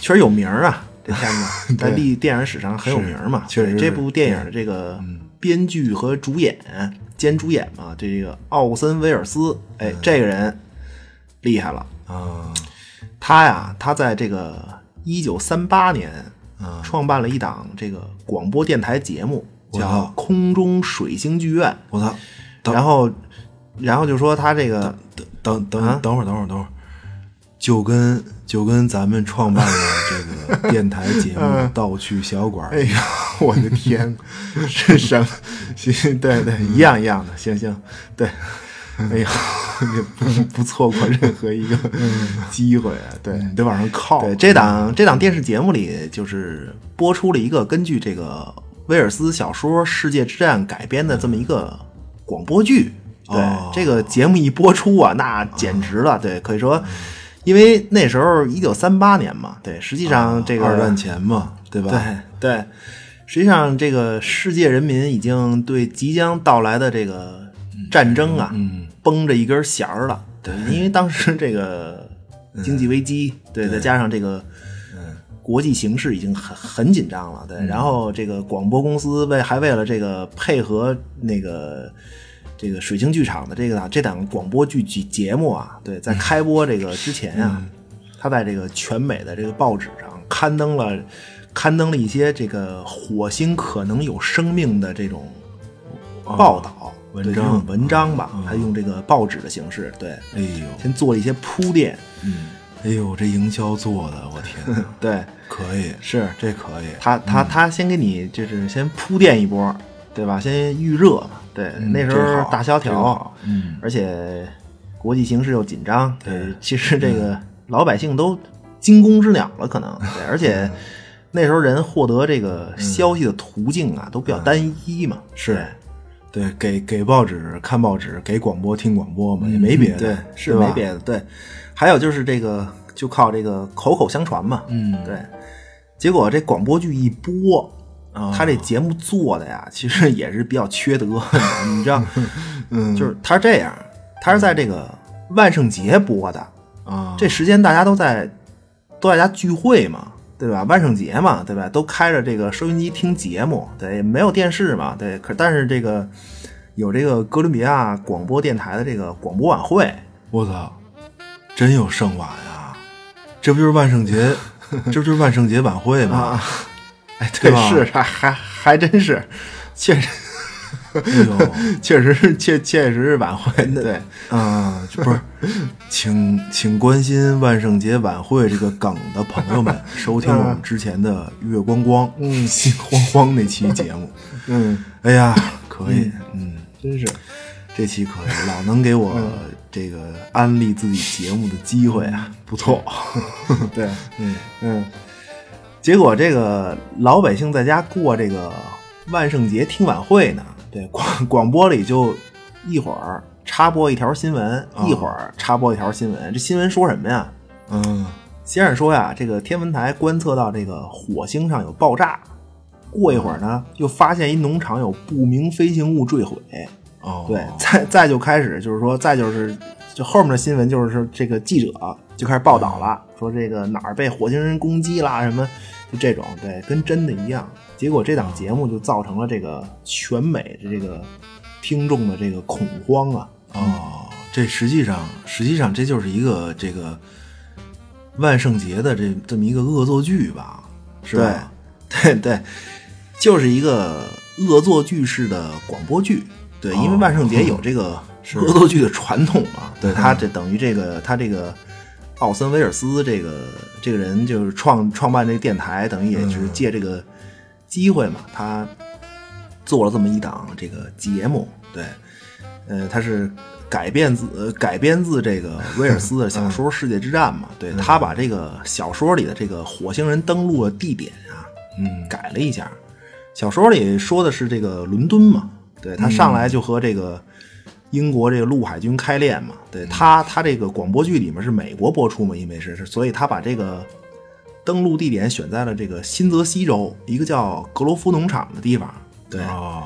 D: 确实有名儿啊。这片 子在历电影史上很有名儿嘛，
C: 是确
D: 对
C: 实
D: 这
C: 是嗯
D: 部电影的这个编剧和主演兼主演嘛，这个奥森威尔斯，
C: 嗯
D: 哎，这个人厉害了，
C: 啊，
D: 他呀，他在这个一九三八年，呃创办了一档这个广播电台节目，
C: 我操
D: 叫《空中水星剧院
C: 我操！》，等
D: 然后，然后就说他这个，啊
C: 等等等会儿，等会儿，等会儿，就跟就跟咱们创办了这个电台节目 《盗趣小馆》
D: 嗯哎呀，我的天，是什么？行，对对，一样一样的，行行，对，哎呀，不不错过任何一个机会。对，
C: 你得往上靠。
D: 对，这档这档电视节目里，就是播出了一个根据这个威尔斯小说《世界之战》改编的这么一个广播剧。对，
C: 哦
D: 这个节目一播出啊，那简直了。对，可以说，因为那时候一九三八年嘛，对，实际上这个
C: 二战前嘛，对吧？
D: 对对，实际上这个世界人民已经对即将到来的这个战争
C: 嗯
D: 啊，绷着一根弦儿了。对，因为当时这个经济危机，对，再加上这个。国际形势已经很很紧张了，对。然后这个广播公司为还为了这个配合那个这个水星剧场的这个这档广播剧节节目啊，对，在开播这个之前啊，他在这个全美的这个报纸上刊登了刊登了一些这个火星可能有生命的这种报道、
C: 文
D: 对
C: 章
D: 这种文章吧，他用这个报纸的形式，对，
C: 哎呦，
D: 先做了一些铺垫，
C: 哎呦，这营销做的，我天 哪，
D: 对，
C: 可以，
D: 是
C: 这可以。
D: 他他他先给你就是先铺垫一波，对吧？先预热嘛。对，那时
C: 嗯这个好
D: 候大萧
C: 这个
D: 条
C: 好，嗯，
D: 而且国际形势又紧张，对，其实这个老百姓都惊弓之鸟了，可能对，而且那时候人获得这个消息的途径啊都比较单一嘛，
C: 嗯是，对，给给报纸看报纸，给广播听广播嘛，也嗯没别的，
D: 嗯对，是
C: 吧
D: 没别的，对。还有就是这个，就靠这个口口相传嘛，
C: 嗯
D: 对。结果这广播剧一播，他这节目做 的呀，其实也是比较缺德，你知道，嗯，就是他是这样，他是在这个万圣节播的，
C: 啊，
D: 这时间大家都在都在家聚会嘛，对吧？万圣节嘛，对吧？都开着这个收音机听节目，对，也没有电视嘛，对。可但是这个有这个哥伦比亚广播电台的这个广播晚会，
C: 我操，真有盛晚啊！这不就是万 圣节，这不就是万圣节晚会吗？
D: 哎，对，
C: 啊 对吧
D: 是还还还真是，确实
C: 哎 呦，
D: 确实是确确实是晚会，对，
C: 啊，不是，请请关心万圣节晚会这个梗的朋友 们，收听我
D: 嗯
C: 们之前的月光光，嗯，心慌慌那期节目。
D: 嗯，
C: 哎呀，可以，嗯，
D: 真是，
C: 这期可以，老能给我这个安利自己节目的机会啊，不错。
D: 对，
C: 嗯
D: 嗯。结果这个老百姓在家过这个万圣节听晚会呢，对广广播里就一会儿插播一条新闻，
C: 啊
D: 一会儿插播一条新闻。这新闻说什么呀？
C: 嗯，
D: 先是说呀，这个天文台观测到这个火星上有爆炸，过一会儿呢，又发现一农场有不明飞行物坠毁。
C: 哦，
D: 对，再再就开始就是说，再就是就后面的新闻就是说，这个记者就开始报道了，
C: 嗯
D: 说这个哪儿被火星人攻击啦，什么就这种，对，跟真的一样。结果这档节目就造成了这个全美的这个听众的这个恐慌啊，
C: 哦，这实际上实际上这就是一个这个万圣节的这这么一个恶作剧吧，是吧？
D: 对对，就是一个恶作剧式的广播剧。对，因为
C: 哦
D: 万圣节有这个恶作剧的传统嘛，对，他这等于这个他这个奥森威尔斯这个这个人就是创创办这个电台，等于也是借这个机会嘛，他做了这么一档这个节目，对，呃，他是改编自、呃改编自这个威尔斯的小说《世界之战》嘛，对他把这个小说里的这个火星人登陆的地点啊，
C: 嗯，
D: 改了一下。小说里说的是这个伦敦嘛，对他上来就和这个英国这个陆海军开练嘛，对
C: 嗯
D: 他他这个广播剧里面是美国播出嘛，因为是是，所以他把这个登陆地点选在了这个新泽西州一个叫格罗夫农场的地方，对，
C: 哦，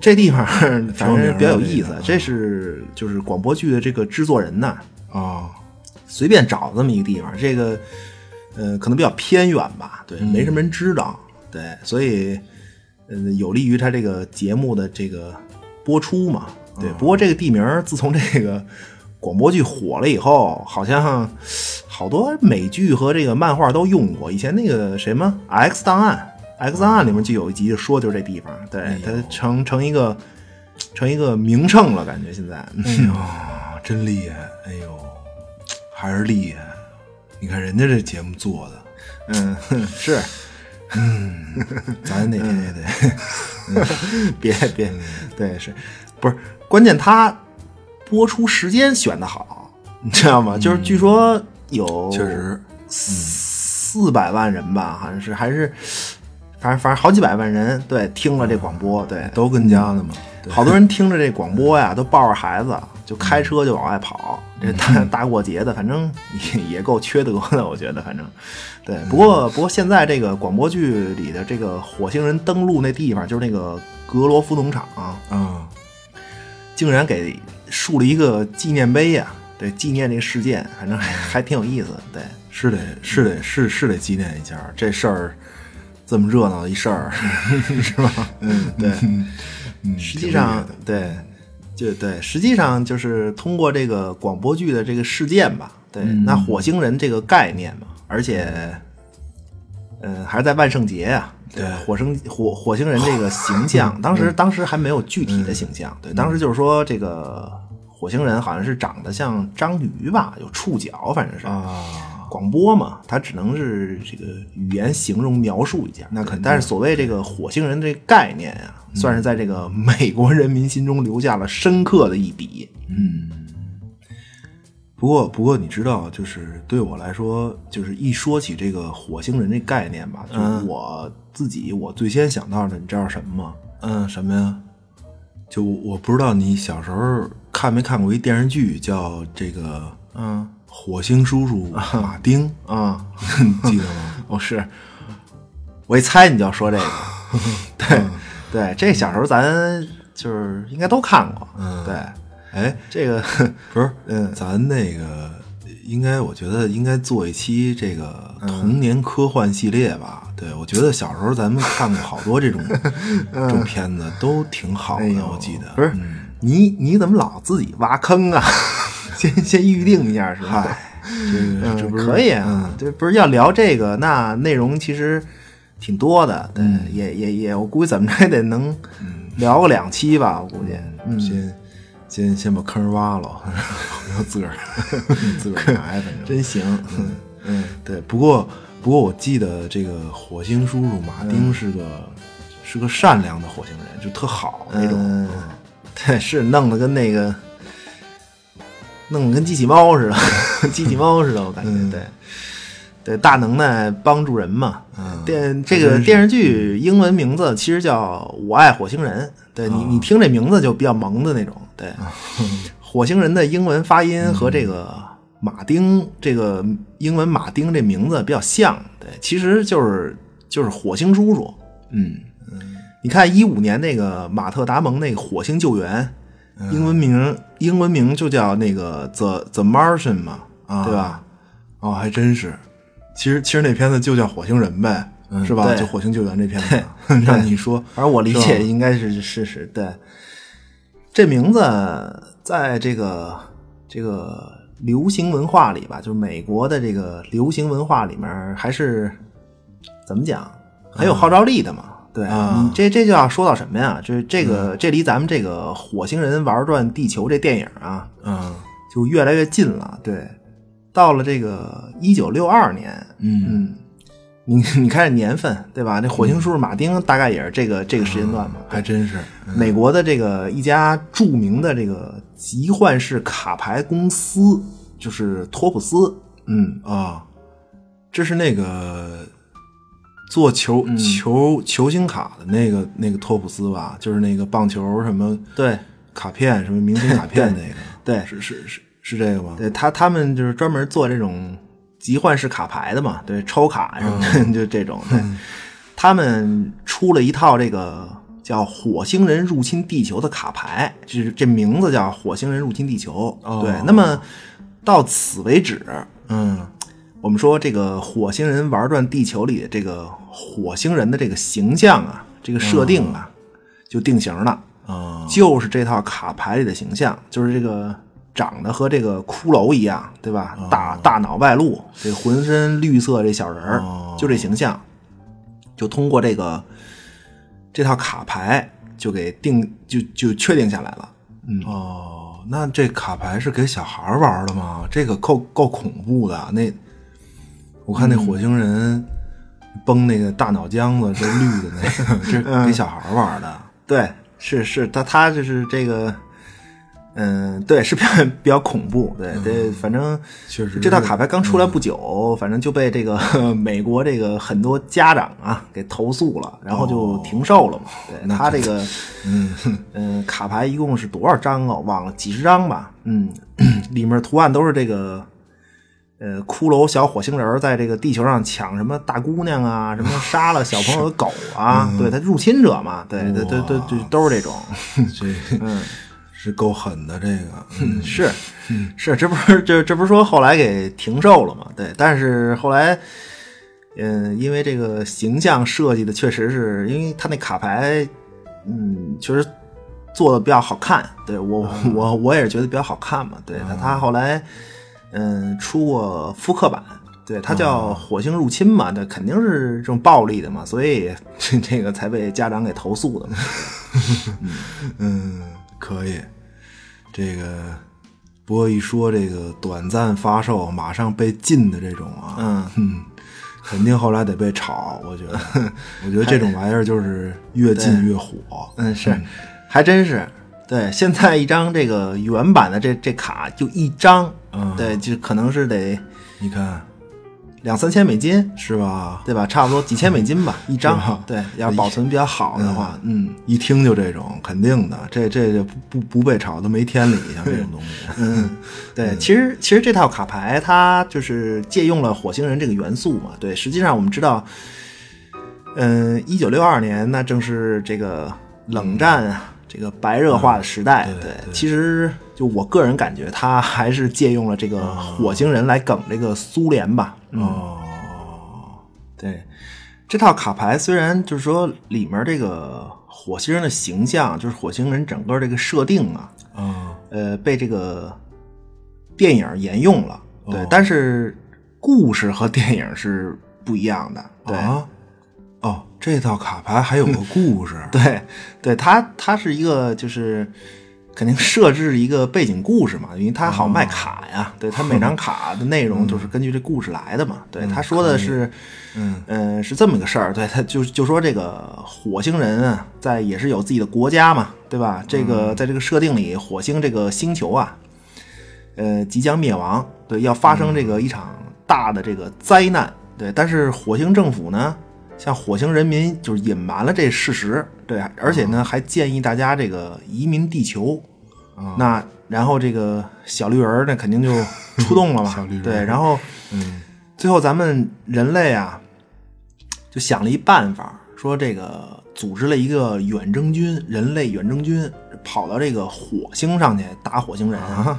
D: 这地 方
C: 挺
D: 反
C: 有名的
D: 正比较有意思
C: 这个，
D: 这是就是广播剧的这个制作人呐、
C: 哦，
D: 随便找这么一个地方，这个呃可能比较偏远吧，对，没什么人知道，对，所以呃有利于他这个节目的这个播出嘛，对。不过这个地名儿自从这个广播剧火了以后，好像好多美剧和这个漫画都用过。以前那个什么《X 档案》，《X 档案》里面就有一集就说就是这地方，对，它成成一个成一个名胜了，感觉现在。
C: 啊，真厉害！哎 呦，还是厉害！你看人家这节目做的，嗯
D: 嗯， 是，
C: 咱哪天也得，
D: 嗯别别，对，是不是？关键他播出时间选的好，你知道吗？就是据说有
C: 嗯确实
D: 四百万人吧，好像是还是，反正反正好几百万人对听了这广播，对，
C: 都跟家呢嘛。对
D: 好多人听着这广 播呀，都抱着孩子就开车就往外跑。
C: 嗯
D: 这 大大过节的，反正也 也够缺德的，我觉得，反正对。
C: 嗯
D: 不过不过现在这个广播剧里的这个火星人登陆那地方，就是那个格罗夫农场、
C: 啊，
D: 竟然给竖了一个纪念碑呀、对，纪念这个事件，反正 还还挺有意思。对，
C: 是得是得是是得纪念一下这事儿，这么热闹一事儿， 是吧？嗯，
D: 对，
C: 嗯
D: 实际上对，就对，实际上就是通过这个广播剧的这个事件吧，对，那火星人这个概念嘛，而且，呃，还是在万圣节啊，对，火星火火星人这个形象，当时当时还没有具体的形象，对，当时就是说这个火星人好像是长得像章鱼吧，有触角，反正是
C: 啊，
D: 广播嘛，它只能是这个语言形容描述一下。那肯，但是所谓这个火星人这个概念啊，算是在这个美国人民心中留下了深刻的一笔。嗯
C: 不过，不过你知道，就是对我来说，就是一说起这个火星人这概念吧，就
D: 嗯
C: 我自己，我最先想到的，你知道什么吗？
D: 嗯，什么呀？
C: 就我不知道你小时候看没看过一电视剧，叫这个
D: 嗯
C: 《火星叔叔马丁》
D: 啊，
C: 你记得吗？
D: 哦是，我一猜你就要说这 个。对对，这小时候咱就是应该都看过。
C: 嗯
D: 对，
C: 哎，
D: 这个
C: 不是，
D: 嗯
C: 咱那个应该，我觉得应该做一期这个
D: 嗯
C: 童年科幻系列吧。对，我觉得小时候咱们看过好多这 种、这种片子，都挺好的，
D: 嗯哎呦
C: 我记得。嗯
D: 不是、你你怎么老自己挖坑啊？ 先先预定一下是吧？
C: 这个这
D: 嗯
C: 不是
D: 可以啊，这不是要聊这个，那内容其实挺多的，对，
C: 嗯
D: 也也也，我估计怎么着也得能聊个两期吧，我估计，嗯，
C: 先先先把坑挖了，然后 自个儿自个儿埋，反正。
D: 真行，嗯嗯，
C: 对，不过不过我记得这个火星叔叔马
D: 嗯
C: 丁是个、是个善良的火星人，就特好那种。
D: 嗯对，是弄得跟那个弄得跟机器猫似的， 机器猫似的，我感觉、对。对，大能耐帮助人嘛。
C: 嗯
D: 电这个电视剧英文名字其实叫《我爱火星人》。对
C: 哦
D: 你，你听这名字就比较萌的那种。对，火星人的英文发音和这个马丁、这个英文马丁这名字比较像。对，其实就是就是火星叔叔。
C: 嗯，
D: 你看一五年那个马特·达蒙那个《火星救援》，英文名英文名就叫那个 The The Martian 嘛，
C: 啊
D: 对吧？
C: 哦，还真是。其实其实那片子就叫《火星人》呗，是吧？
D: 嗯对
C: 就《火星救援》这片子，啊 让你说
D: 反正我理解
C: 是吧
D: 应该是事实。对，这名字在这个这个流行文化里吧，就是美国的这个流行文化里面，还是怎么讲很有号召力的嘛。对、
C: 嗯啊嗯
D: 你这这就要说到什么呀？就是这个、这离咱们这个火星人玩转地球这电影啊，
C: 嗯
D: 就越来越近了。对，到了这个一九六二年，
C: 嗯
D: 嗯，你你看这年份对吧？这火星叔叔马丁大概也是这个这个时间段嘛。
C: 还真是。
D: 美国的这个一家著名的这个集换式卡牌公司，就是托普斯，
C: 嗯啊，这是那个做球、
D: 嗯
C: 球球星卡的那个那个托普斯吧，就是那个棒球什么
D: 对
C: 卡片什么明星卡片那个，
D: 对
C: 是是是是这个吗？
D: 对，他他们就是专门做这种集换式卡牌的嘛，对，抽卡什么
C: 嗯
D: 的， 就 这种。对，他们出了一套这个叫《火星人入侵地球》的卡牌，就是这名字叫《火星人入侵地球》。
C: 哦
D: 对，那么到此为止，
C: 嗯
D: 我们说这个火星人玩转地球里的这个火星人的这个形象啊，这个设定啊，就定型了。
C: 啊
D: 就是这套卡牌里的形象，就是这个长得和这个骷髅一样，对吧？大大脑外露，这浑身绿色这小人儿，
C: 哦
D: 就这形象，就通过这个这套卡牌就给定就就确定下来了。嗯，
C: 哦，那这卡牌是给小孩玩的吗？这个够够恐怖的。啊那我看那
D: 嗯
C: 火星人崩那个大脑浆子，这绿的
D: 嗯
C: 那个，这给小孩玩的。
D: 对，是是，他他就是这个嗯，对，是比较比较恐怖，对
C: 嗯
D: 对，反正
C: 确实
D: 这套
C: 是
D: 卡牌刚出来不久，反正就被这个 美国这个很多家长啊给投诉了，然后就停售了嘛。对，他这个，嗯嗯，卡牌一共是多少张啊？我忘了，几十张吧。嗯， 里面图案都是这个呃，骷髅小火星人儿在这个地球上抢什么大姑娘啊，什么杀了小朋友的狗啊，对他入侵者嘛，对对对对对，都是这种，
C: 这是够狠的，这个
D: 嗯是是，这不是这这不是说后来给停售了嘛？对，但是后来。嗯，因为这个形象设计的确实是因为他那卡牌，嗯，确实做的比较好看。对我，我我也是觉得比较好看嘛。对，他他后来，嗯，出过复刻版，对，它叫《火星入侵》嘛，对，肯定是这种暴力的嘛，所以 这个才被家长给投诉的嘛。
C: 嗯，可以。这个不过一说这个短暂发售马上被禁的这种啊，
D: 嗯，
C: 嗯，肯定后来得被炒。我觉 得，我觉得这种玩意儿就是越禁越火。
D: 嗯，是，还真是。对，现在一张这个原版的这这卡就一张，
C: 嗯
D: 对，就可能是得
C: 你看啊
D: 两三千美金，
C: 是吧？
D: 对吧？差不多几千美金 吧，一
C: 是吧
D: 张。对，要是保存比较好的话，嗯
C: 一听就这种，肯定的，这这这不不不被炒都没天理，像这种东西。
D: 嗯，对，其实其实这套卡牌它就是借用了火星人这个元素嘛。对，实际上我们知道，嗯，一九六二年那正是这个冷战啊，这个白热化的时代。
C: 对对
D: 其实就我个人感觉，它还是借用了这个火星人来梗这个苏联吧。嗯，
C: 哦，
D: 对，这套卡牌虽然就是说里面这个火星人的形象，就是火星人整个这个设定啊，
C: 啊，
D: 呃，被这个电影沿用了，对，
C: 哦
D: 但是故事和电影是不一样的，对，
C: 啊，哦，这套卡牌还有个故事。
D: 对，对，它它是一个就是肯定设置一个背景故事嘛，因为它
C: 哦
D: 好卖卡呀，对，它每张卡的内容就是根据这故事来的嘛，对，他说的是，
C: 嗯
D: 呃，是这么个事儿，对，他就就说这个火星人啊，在也是有自己的国家嘛，对吧？这
C: 嗯
D: 个在这个设定里，火星这个星球啊，呃，即将灭亡，对，要发生这
C: 嗯
D: 个一场大的这个灾难，对。但是火星政府呢，向火星人民就是隐瞒了这事实，对，而且
C: 哦
D: 呢还建议大家这个移民地球，
C: 哦
D: 那然后这个小绿人儿呢肯定就出动了 嘛，
C: 小绿人儿
D: 对，然后
C: 嗯
D: 最后咱们人类啊，就想了一办法，说这个组织了一个远征军，人类远征军跑到这个火星上去打火星人
C: 啊，嗯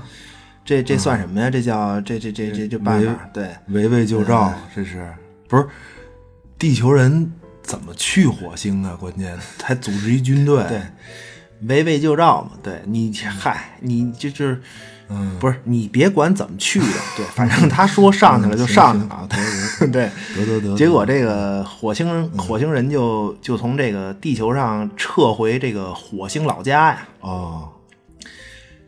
D: 这这算什么呀？这叫这这这这这办法？对，嗯
C: 围魏救赵，这是不是？地球人怎么去火星啊？关 键还组织一军队，
D: 对，围魏救赵嘛。对你，嗨，你这就是，
C: 嗯
D: 不是你别管怎么去的，对，反正他说上去了就上去了，对对。
C: 得得得，
D: 结果这个火星火星人就就从这个地球上撤回这个火星老家呀。
C: 哦，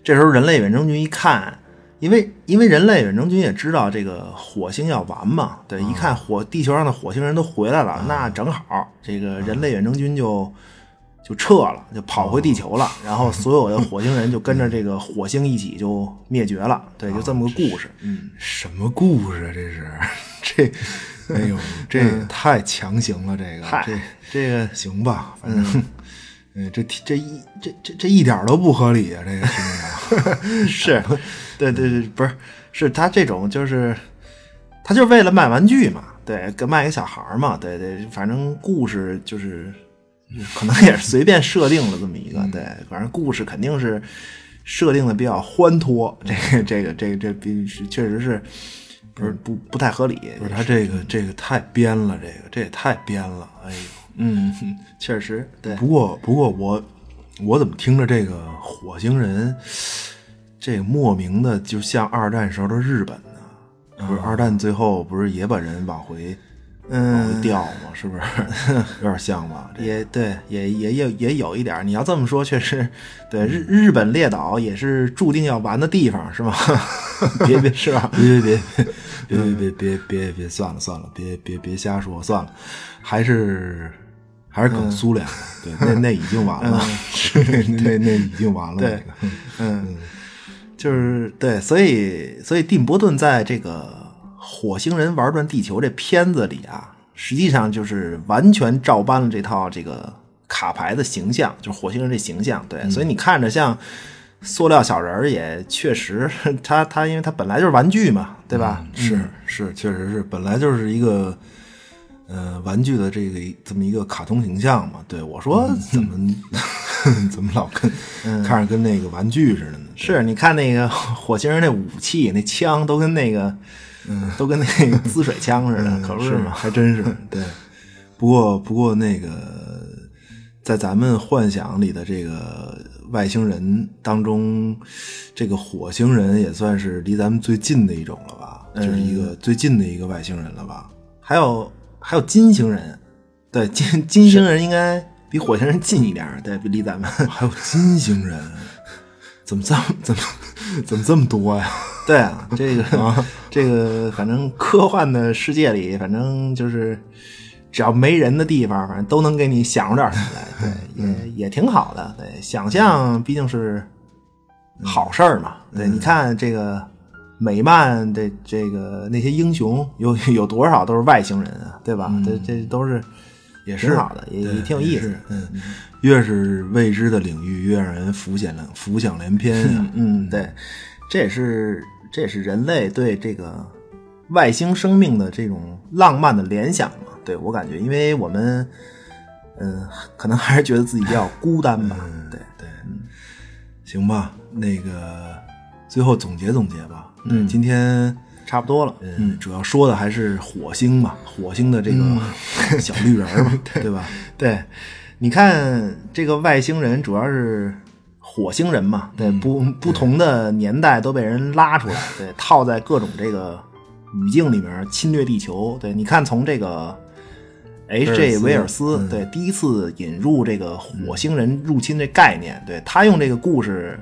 D: 这时候人类远征军一看，因为因为人类远征军也知道这个火星要完嘛，对，一看火地球上的火星人都回来了，那正好这个人类远征军就就撤了，就跑回地球了，然后所有的火星人就跟着这个火星一起就灭绝了，对，就这么个故事。嗯，
C: 什么故事啊？这是 这，哎呦，这也太强行了，这个
D: 嗨
C: 这，嗯
D: 这个
C: 行吧，反正。嗯，这这一这这这一点都不合理啊！这个听着，
D: 是，对对对，不是，是他这种就是，他就是为了卖玩具嘛，对，给卖给小孩儿嘛，对对，反正故事就是可能也是随便设定了这么一
C: 嗯
D: 个，对，反正故事肯定是设定的比较欢脱，这个这个这个这必须确实是。不是不不太合理，
C: 不是他这 个这个太编了，这个这也太编了，哎呦！
D: 嗯，确实对，
C: 不过不过我我怎么听着这个火星人，这个莫名的就像二战时候的日本呢、不是二战最后不是也把人往回往回
D: 嗯，
C: 调吗？是不是有点像吧？这
D: 也对，也也也也有一点儿。你要这么说，确实，对日日本列岛也是注定要完的地方，是吗？别别是吧？
C: 别别别别别别别别别别算了算了，别别别瞎说算了，还是还是梗苏联了，对，那那已经完了，那那那已经完了，
D: 对
C: 那个
D: 嗯，就是对，所以所以蒂姆·伯顿在这个《火星人玩转地球》这片子里啊，实际上就是完全照搬了这套这个卡牌的形象，就是火星人这形象。
C: 嗯
D: 对，所以你看着像塑料小人儿，也确实 他他因为他本来就是玩具嘛，对吧？
C: 嗯
D: 嗯
C: 是是，确实是，本来就是一个呃玩具的这个一这么一个卡通形象嘛。对我说
D: 嗯
C: 怎么 怎么老跟看着跟那个玩具似的呢？
D: 嗯是，你看那个 火星人那武器那枪都跟那个。都跟那个滋水枪似的，可不
C: 嗯是
D: 嘛。
C: 还真是对。不过不过那个在咱们幻想里的这个外星人当中，这个火星人也算是离咱们最近的一种了吧？就是一个最近的一个外星人了吧？
D: 还有还有金星人，对金金星人应该比火星人近一点儿，对，比离咱们
C: 还有金星 人，怎么这么怎么怎么这么多呀？
D: 对啊，这个这个反正科幻的世界里，反正就是只要没人的地方，反正都能给你想出点儿什么来，对，也
C: 嗯
D: 也挺好的，对，想象毕竟是好事儿嘛，
C: 嗯
D: 对，你看这个。美漫这这个那些英雄有有多少都是外星人啊，对吧？这这都是
C: 也
D: 挺
C: 是
D: 好的，也也挺有
C: 嗯也
D: 意思
C: 是。嗯，越是未知的领域，越让人浮想联浮想联翩呀、
D: 嗯，对，这也是这也是人类对这个外星生命的这种浪漫的联想嘛。对我感觉，因为我们，嗯、可能还是觉得自己比较孤单吧。对，
C: 嗯
D: 嗯
C: 对，行吧，那个最后总结总结吧。嗯，今天
D: 差不多了。
C: 嗯主要说的还是火星嘛，火星的这个小绿人儿嘛，对吧？
D: 嗯 对，你看这个外星人主要是火星人嘛，嗯对，不不同的年代都被人拉出来，对，套在各种这个语境里面侵略地球。对，你看从这个 H.J. 威
C: 威
D: 尔
C: 尔
D: 斯，嗯对，第一次引入这个火星人入侵这概念，对他用这个故事。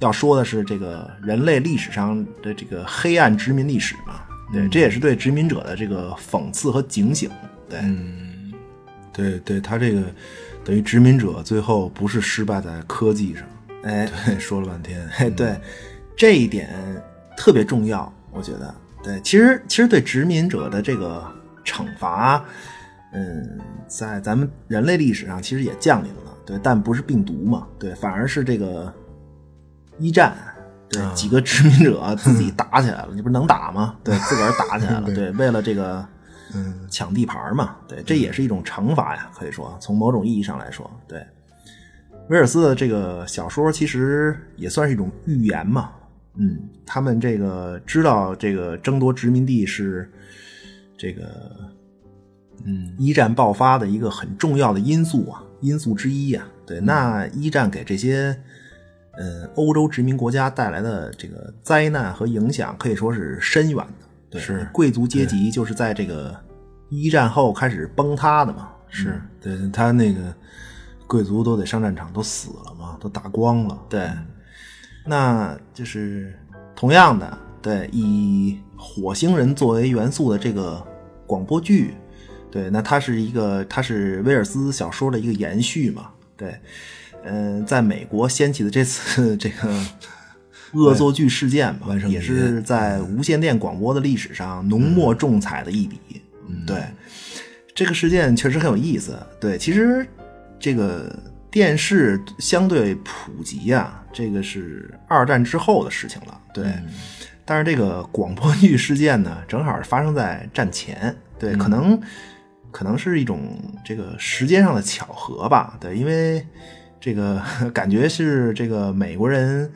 D: 要说的是这个人类历史上的这个黑暗殖民历史嘛，对，这也是对殖民者的这个讽刺和警醒，对，
C: 嗯对对，他这个等于殖民者最后不是失败在科技上，
D: 哎，
C: 对，说了半天，嗯
D: 哎，对，这一点特别重要，我觉得。对，其实其实对殖民者的这个惩罚，嗯，在咱们人类历史上其实也降临了，对，但不是病毒嘛，对，反而是这个一战，对，
C: 啊
D: 几个殖民者自己打起来了，你不是能打吗？对，自个儿打起 来了，对，为了这个。
C: 嗯
D: 抢地盘嘛，对，这也是一种惩罚呀，可以说从某种意义上来说，对。威尔斯的这个小说其实也算是一种预言嘛，嗯，他们这个知道这个争夺殖民地是这个
C: 嗯
D: 一战爆发的一个很重要的因素啊，因素之一啊，对，那一战给这些嗯欧洲殖民国家带来的这个灾难和影响可以说是深远的，对，
C: 是
D: 贵族阶级就是在这个一战后开始崩塌的嘛，
C: 是对他那个贵族都得上战场，都死了嘛，都打光了，
D: 对，嗯那就是同样的，对，以火星人作为元素的这个广播剧，对，那它是一个，它是威尔斯小说的一个延续嘛，对，嗯、在美国掀起的这次 这个恶作剧事件嘛
C: 万，圣节嗯
D: 也是在无线电广播的历史上浓墨重彩的一笔，
C: 嗯
D: 对。这个事件确实很有意思。对，其实这个电视相对普及啊，这个是二战之后的事情了。对，
C: 嗯
D: 但是这个广播剧事件呢， 正好是发生在战前。对，可能可能是一种这个时间上的巧合吧。对，因为这个 感觉是这个美国人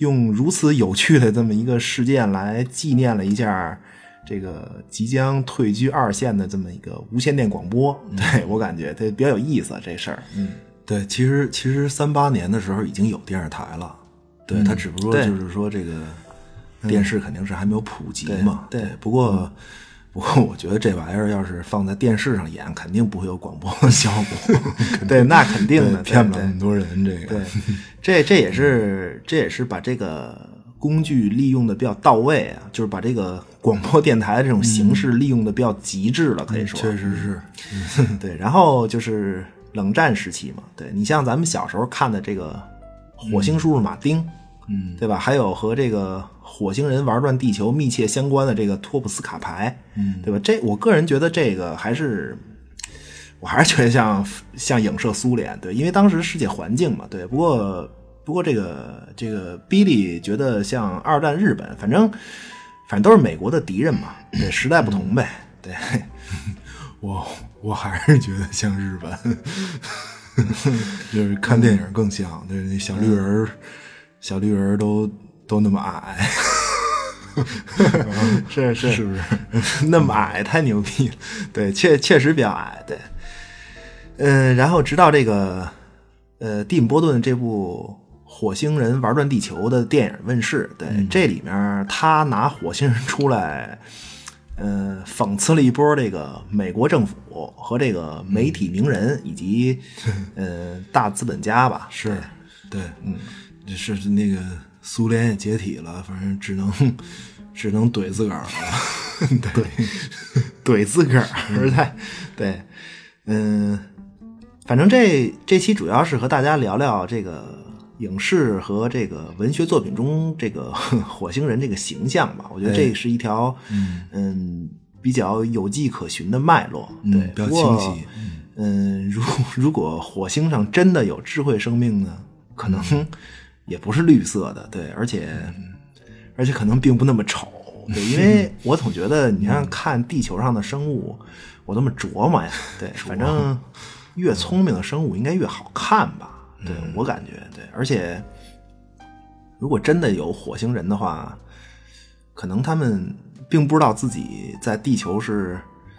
D: 用如此有趣的这么一个事件来纪念了一下这个即将退居二线的这么一个无线电广播。对我感觉它比较有意思啊这事儿。嗯，
C: 对，其实其实三八年的时候已经有电视台了，嗯对，嗯它只不过
D: 对
C: 就是说这个电视肯定是还没有普及嘛，
D: 对对
C: 不过。不过我觉得这玩意儿要是放在电视上演，肯定不会有广播的效果， 肯定
D: 对，那肯定的，
C: 对骗不
D: 对
C: 了
D: 对
C: 那么多人。这个
D: 对，这这也是这也是把这个工具利用的比较到位啊，就是把这个广播电台这种嗯形式利用的比较极致了，可以说。
C: 确实是，
D: 对，然后就是冷战时期嘛。对你像咱们小时候看的这个《火星叔叔马丁》，嗯，对吧？还有和这个火星人玩转地球密切相关的这个托普斯卡牌，嗯，对吧？这我个人觉得这个还是。我还是觉得像像影射苏联，对，因为当时世界环境嘛，对。不过不过这个这个 Billy 觉得像二战日本，反正反正都是美国的敌人嘛，对，时代不同呗，对。
C: 我我还是觉得像日本， 就是看电影更像，就是那小绿人儿，小绿人儿都都那么矮，
D: 是是
C: 是不是？
D: 那么矮太牛逼了，对，确确实比较矮，对。嗯，然后直到这个呃蒂姆·波顿这部《火星人玩转地球》的电影问世，对，
C: 嗯
D: 这里面他拿火星人出来，呃，讽刺了一波这个美国政府和这个媒体名人以 及、呃大资本家吧，
C: 是，对，嗯，这是是那个苏联也解体了，反正只能只能怼自 个儿了，对，
D: 怼自个儿，实在对，嗯，反正这这期主要是和大家聊聊这个影视和这个文学作品中这个 火星人这个形象吧。我觉得
C: 哎
D: 这是一条嗯比较有迹可循的脉络，对，
C: 嗯比较
D: 不过
C: 清晰。
D: 嗯，如 如果火星上真的有智慧生命呢，可能也不是绿色的，对，而且、而且可能并不那么丑，对，因为我总觉得你看看地球上的生物，我这么琢磨呀，对，反正越聪明的生物应该越好看吧，对我感觉，对，而且如果真的有火星人的话，可能他们并不知道自己在地球是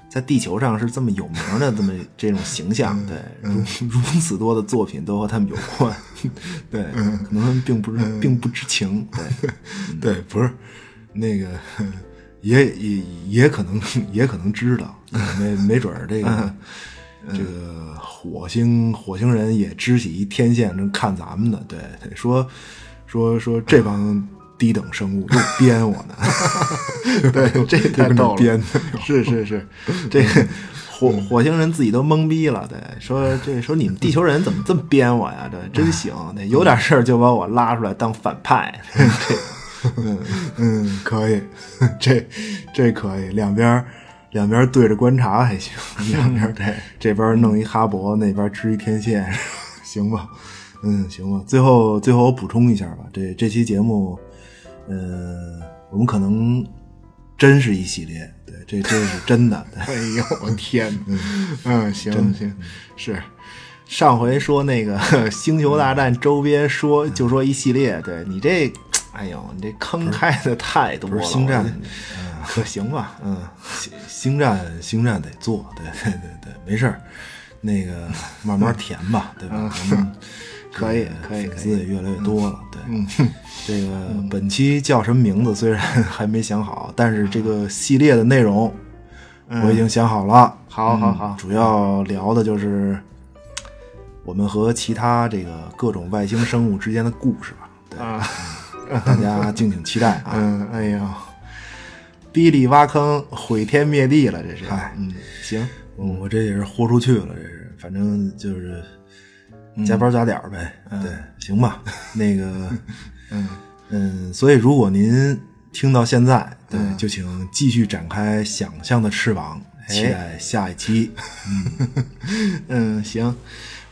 D: 在地球上是这么有名的这么这种形象，对，如如此多的作品都和他们有关， 对，可能他们并不是并不知情，对，
C: 对，不是那个，也也也可能也可能知 道，没没准儿这个
D: 嗯
C: 这个火星火星人也支起一天线正看咱们呢，对，说说说这帮低等生物又编我呢，
D: 对，这太
C: 跟着
D: 逗了，
C: 编的 嗯
D: 是是是，这个火火星人自己都懵逼了，对，说这说你们地球人怎么这么编我呀？这真行，
C: 哎
D: 那有点事儿就把我拉出来当反 派，这
C: 嗯，可以， 这这可以，两边儿两边儿对着观察还行，
D: 嗯
C: 两边对这边儿弄一哈勃，那边儿织一天线， 行吧？嗯，行吧。最后最后我补充一下吧，这这期节目，嗯、我们可能真是一系列，对，这这是真的，对
D: 哎呦我天哪！嗯，行行，
C: 是。
D: 上回说那 个《星球大战》周边说就说一系列，对你这，哎呦，你这坑开的太多了。
C: 不是星战
D: 我这，可 行吧？嗯，
C: 星星战，星战得做，对对对对，没事儿，那 个慢慢填吧，对吧？咱们
D: 嗯可
C: 这
D: 以
C: 个
D: 可以嗯
C: 粉
D: 可
C: 丝
D: 以
C: 也越来越多了，对。这个本期叫什么名字虽然还没想好，但是这个系列的内容我已经想好了。
D: 嗯好好
C: 嗯
D: 好
C: 主要聊的就是我们和其他这个各种外星生物之间的故事吧。对，
D: 啊，
C: 大家敬请期待啊！
D: 嗯，哎呦，逼利挖坑，毁天灭地了，这是。
C: 嗨
D: 嗯，行，
C: 嗯，我这也是豁出去了，这是，反正就是
D: 嗯
C: 加班加点儿呗，对，行吧，那个， 嗯嗯，所以如果您听到现在，对，就请继续展开想象的翅膀，期待下一期。
D: 嗯， 行，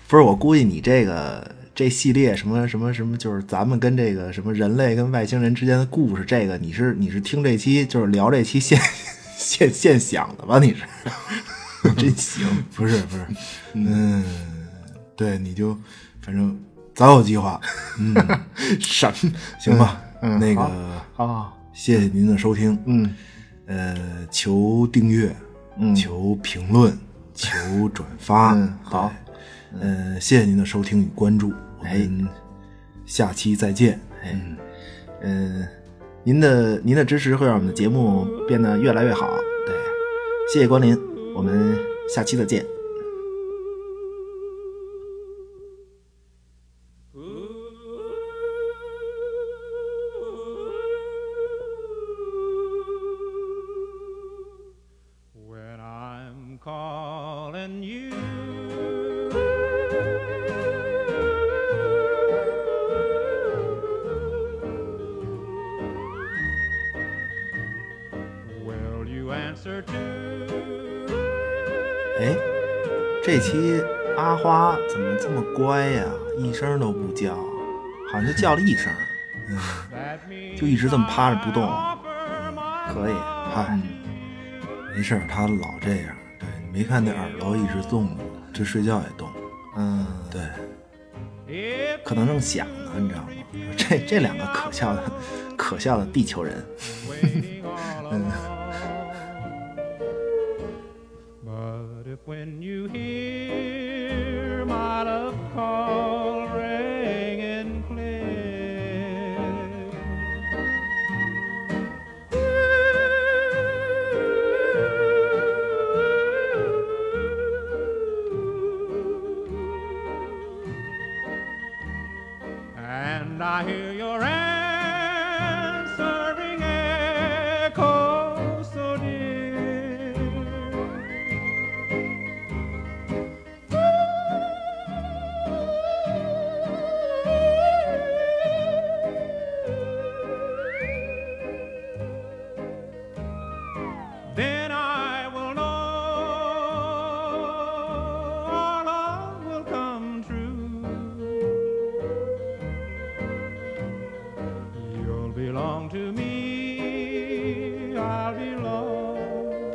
D: 不是，我估计你这个这系列什么什么什么，就是咱们跟这个什么人类跟外星人之间的故事，这个你是你是听这期就是聊这期现 现现想的吧？你是真行，
C: 不是不是，嗯，对，你就反正早有计划， 嗯，
D: 什么
C: 行吧，
D: 嗯嗯
C: 那
D: 好
C: 个
D: 啊？
C: 谢谢您的收听，
D: 嗯，
C: 呃，求订阅，
D: 嗯
C: 求评 论，求转发，
D: 嗯好
C: 对，呃，谢谢您的收听与关注，我
D: 哎
C: 们下期再见，呃
D: 哎，嗯，您的您的支持会让我们的节目变得越来越好。对，谢谢光临，我们下期再见。
A: When I'm calling you
D: 哎，这期阿花怎么这么乖呀、一声都不叫，好像就叫了一声，就一直这么趴着不动。可以，
C: 嗨，没事儿，他老这样。对，你没看那耳朵一直动吗？这睡觉也动。
D: 嗯，
C: 对，
D: 可能正想呢，你知道吗？ 这这两个可笑的、可笑的地球人，
A: But if when you hear my love call ringing clear, and I hear your answering echo so dear. then I will know our love will come true. You'll belong to me, I'll belong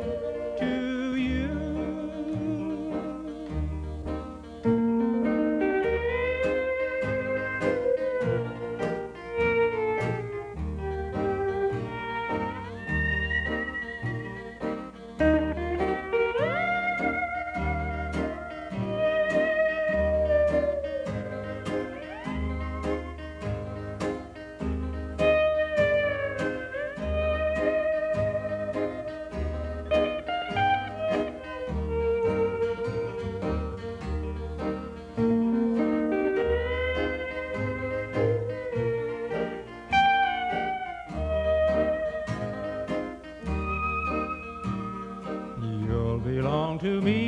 A: to you. You'll belong to me.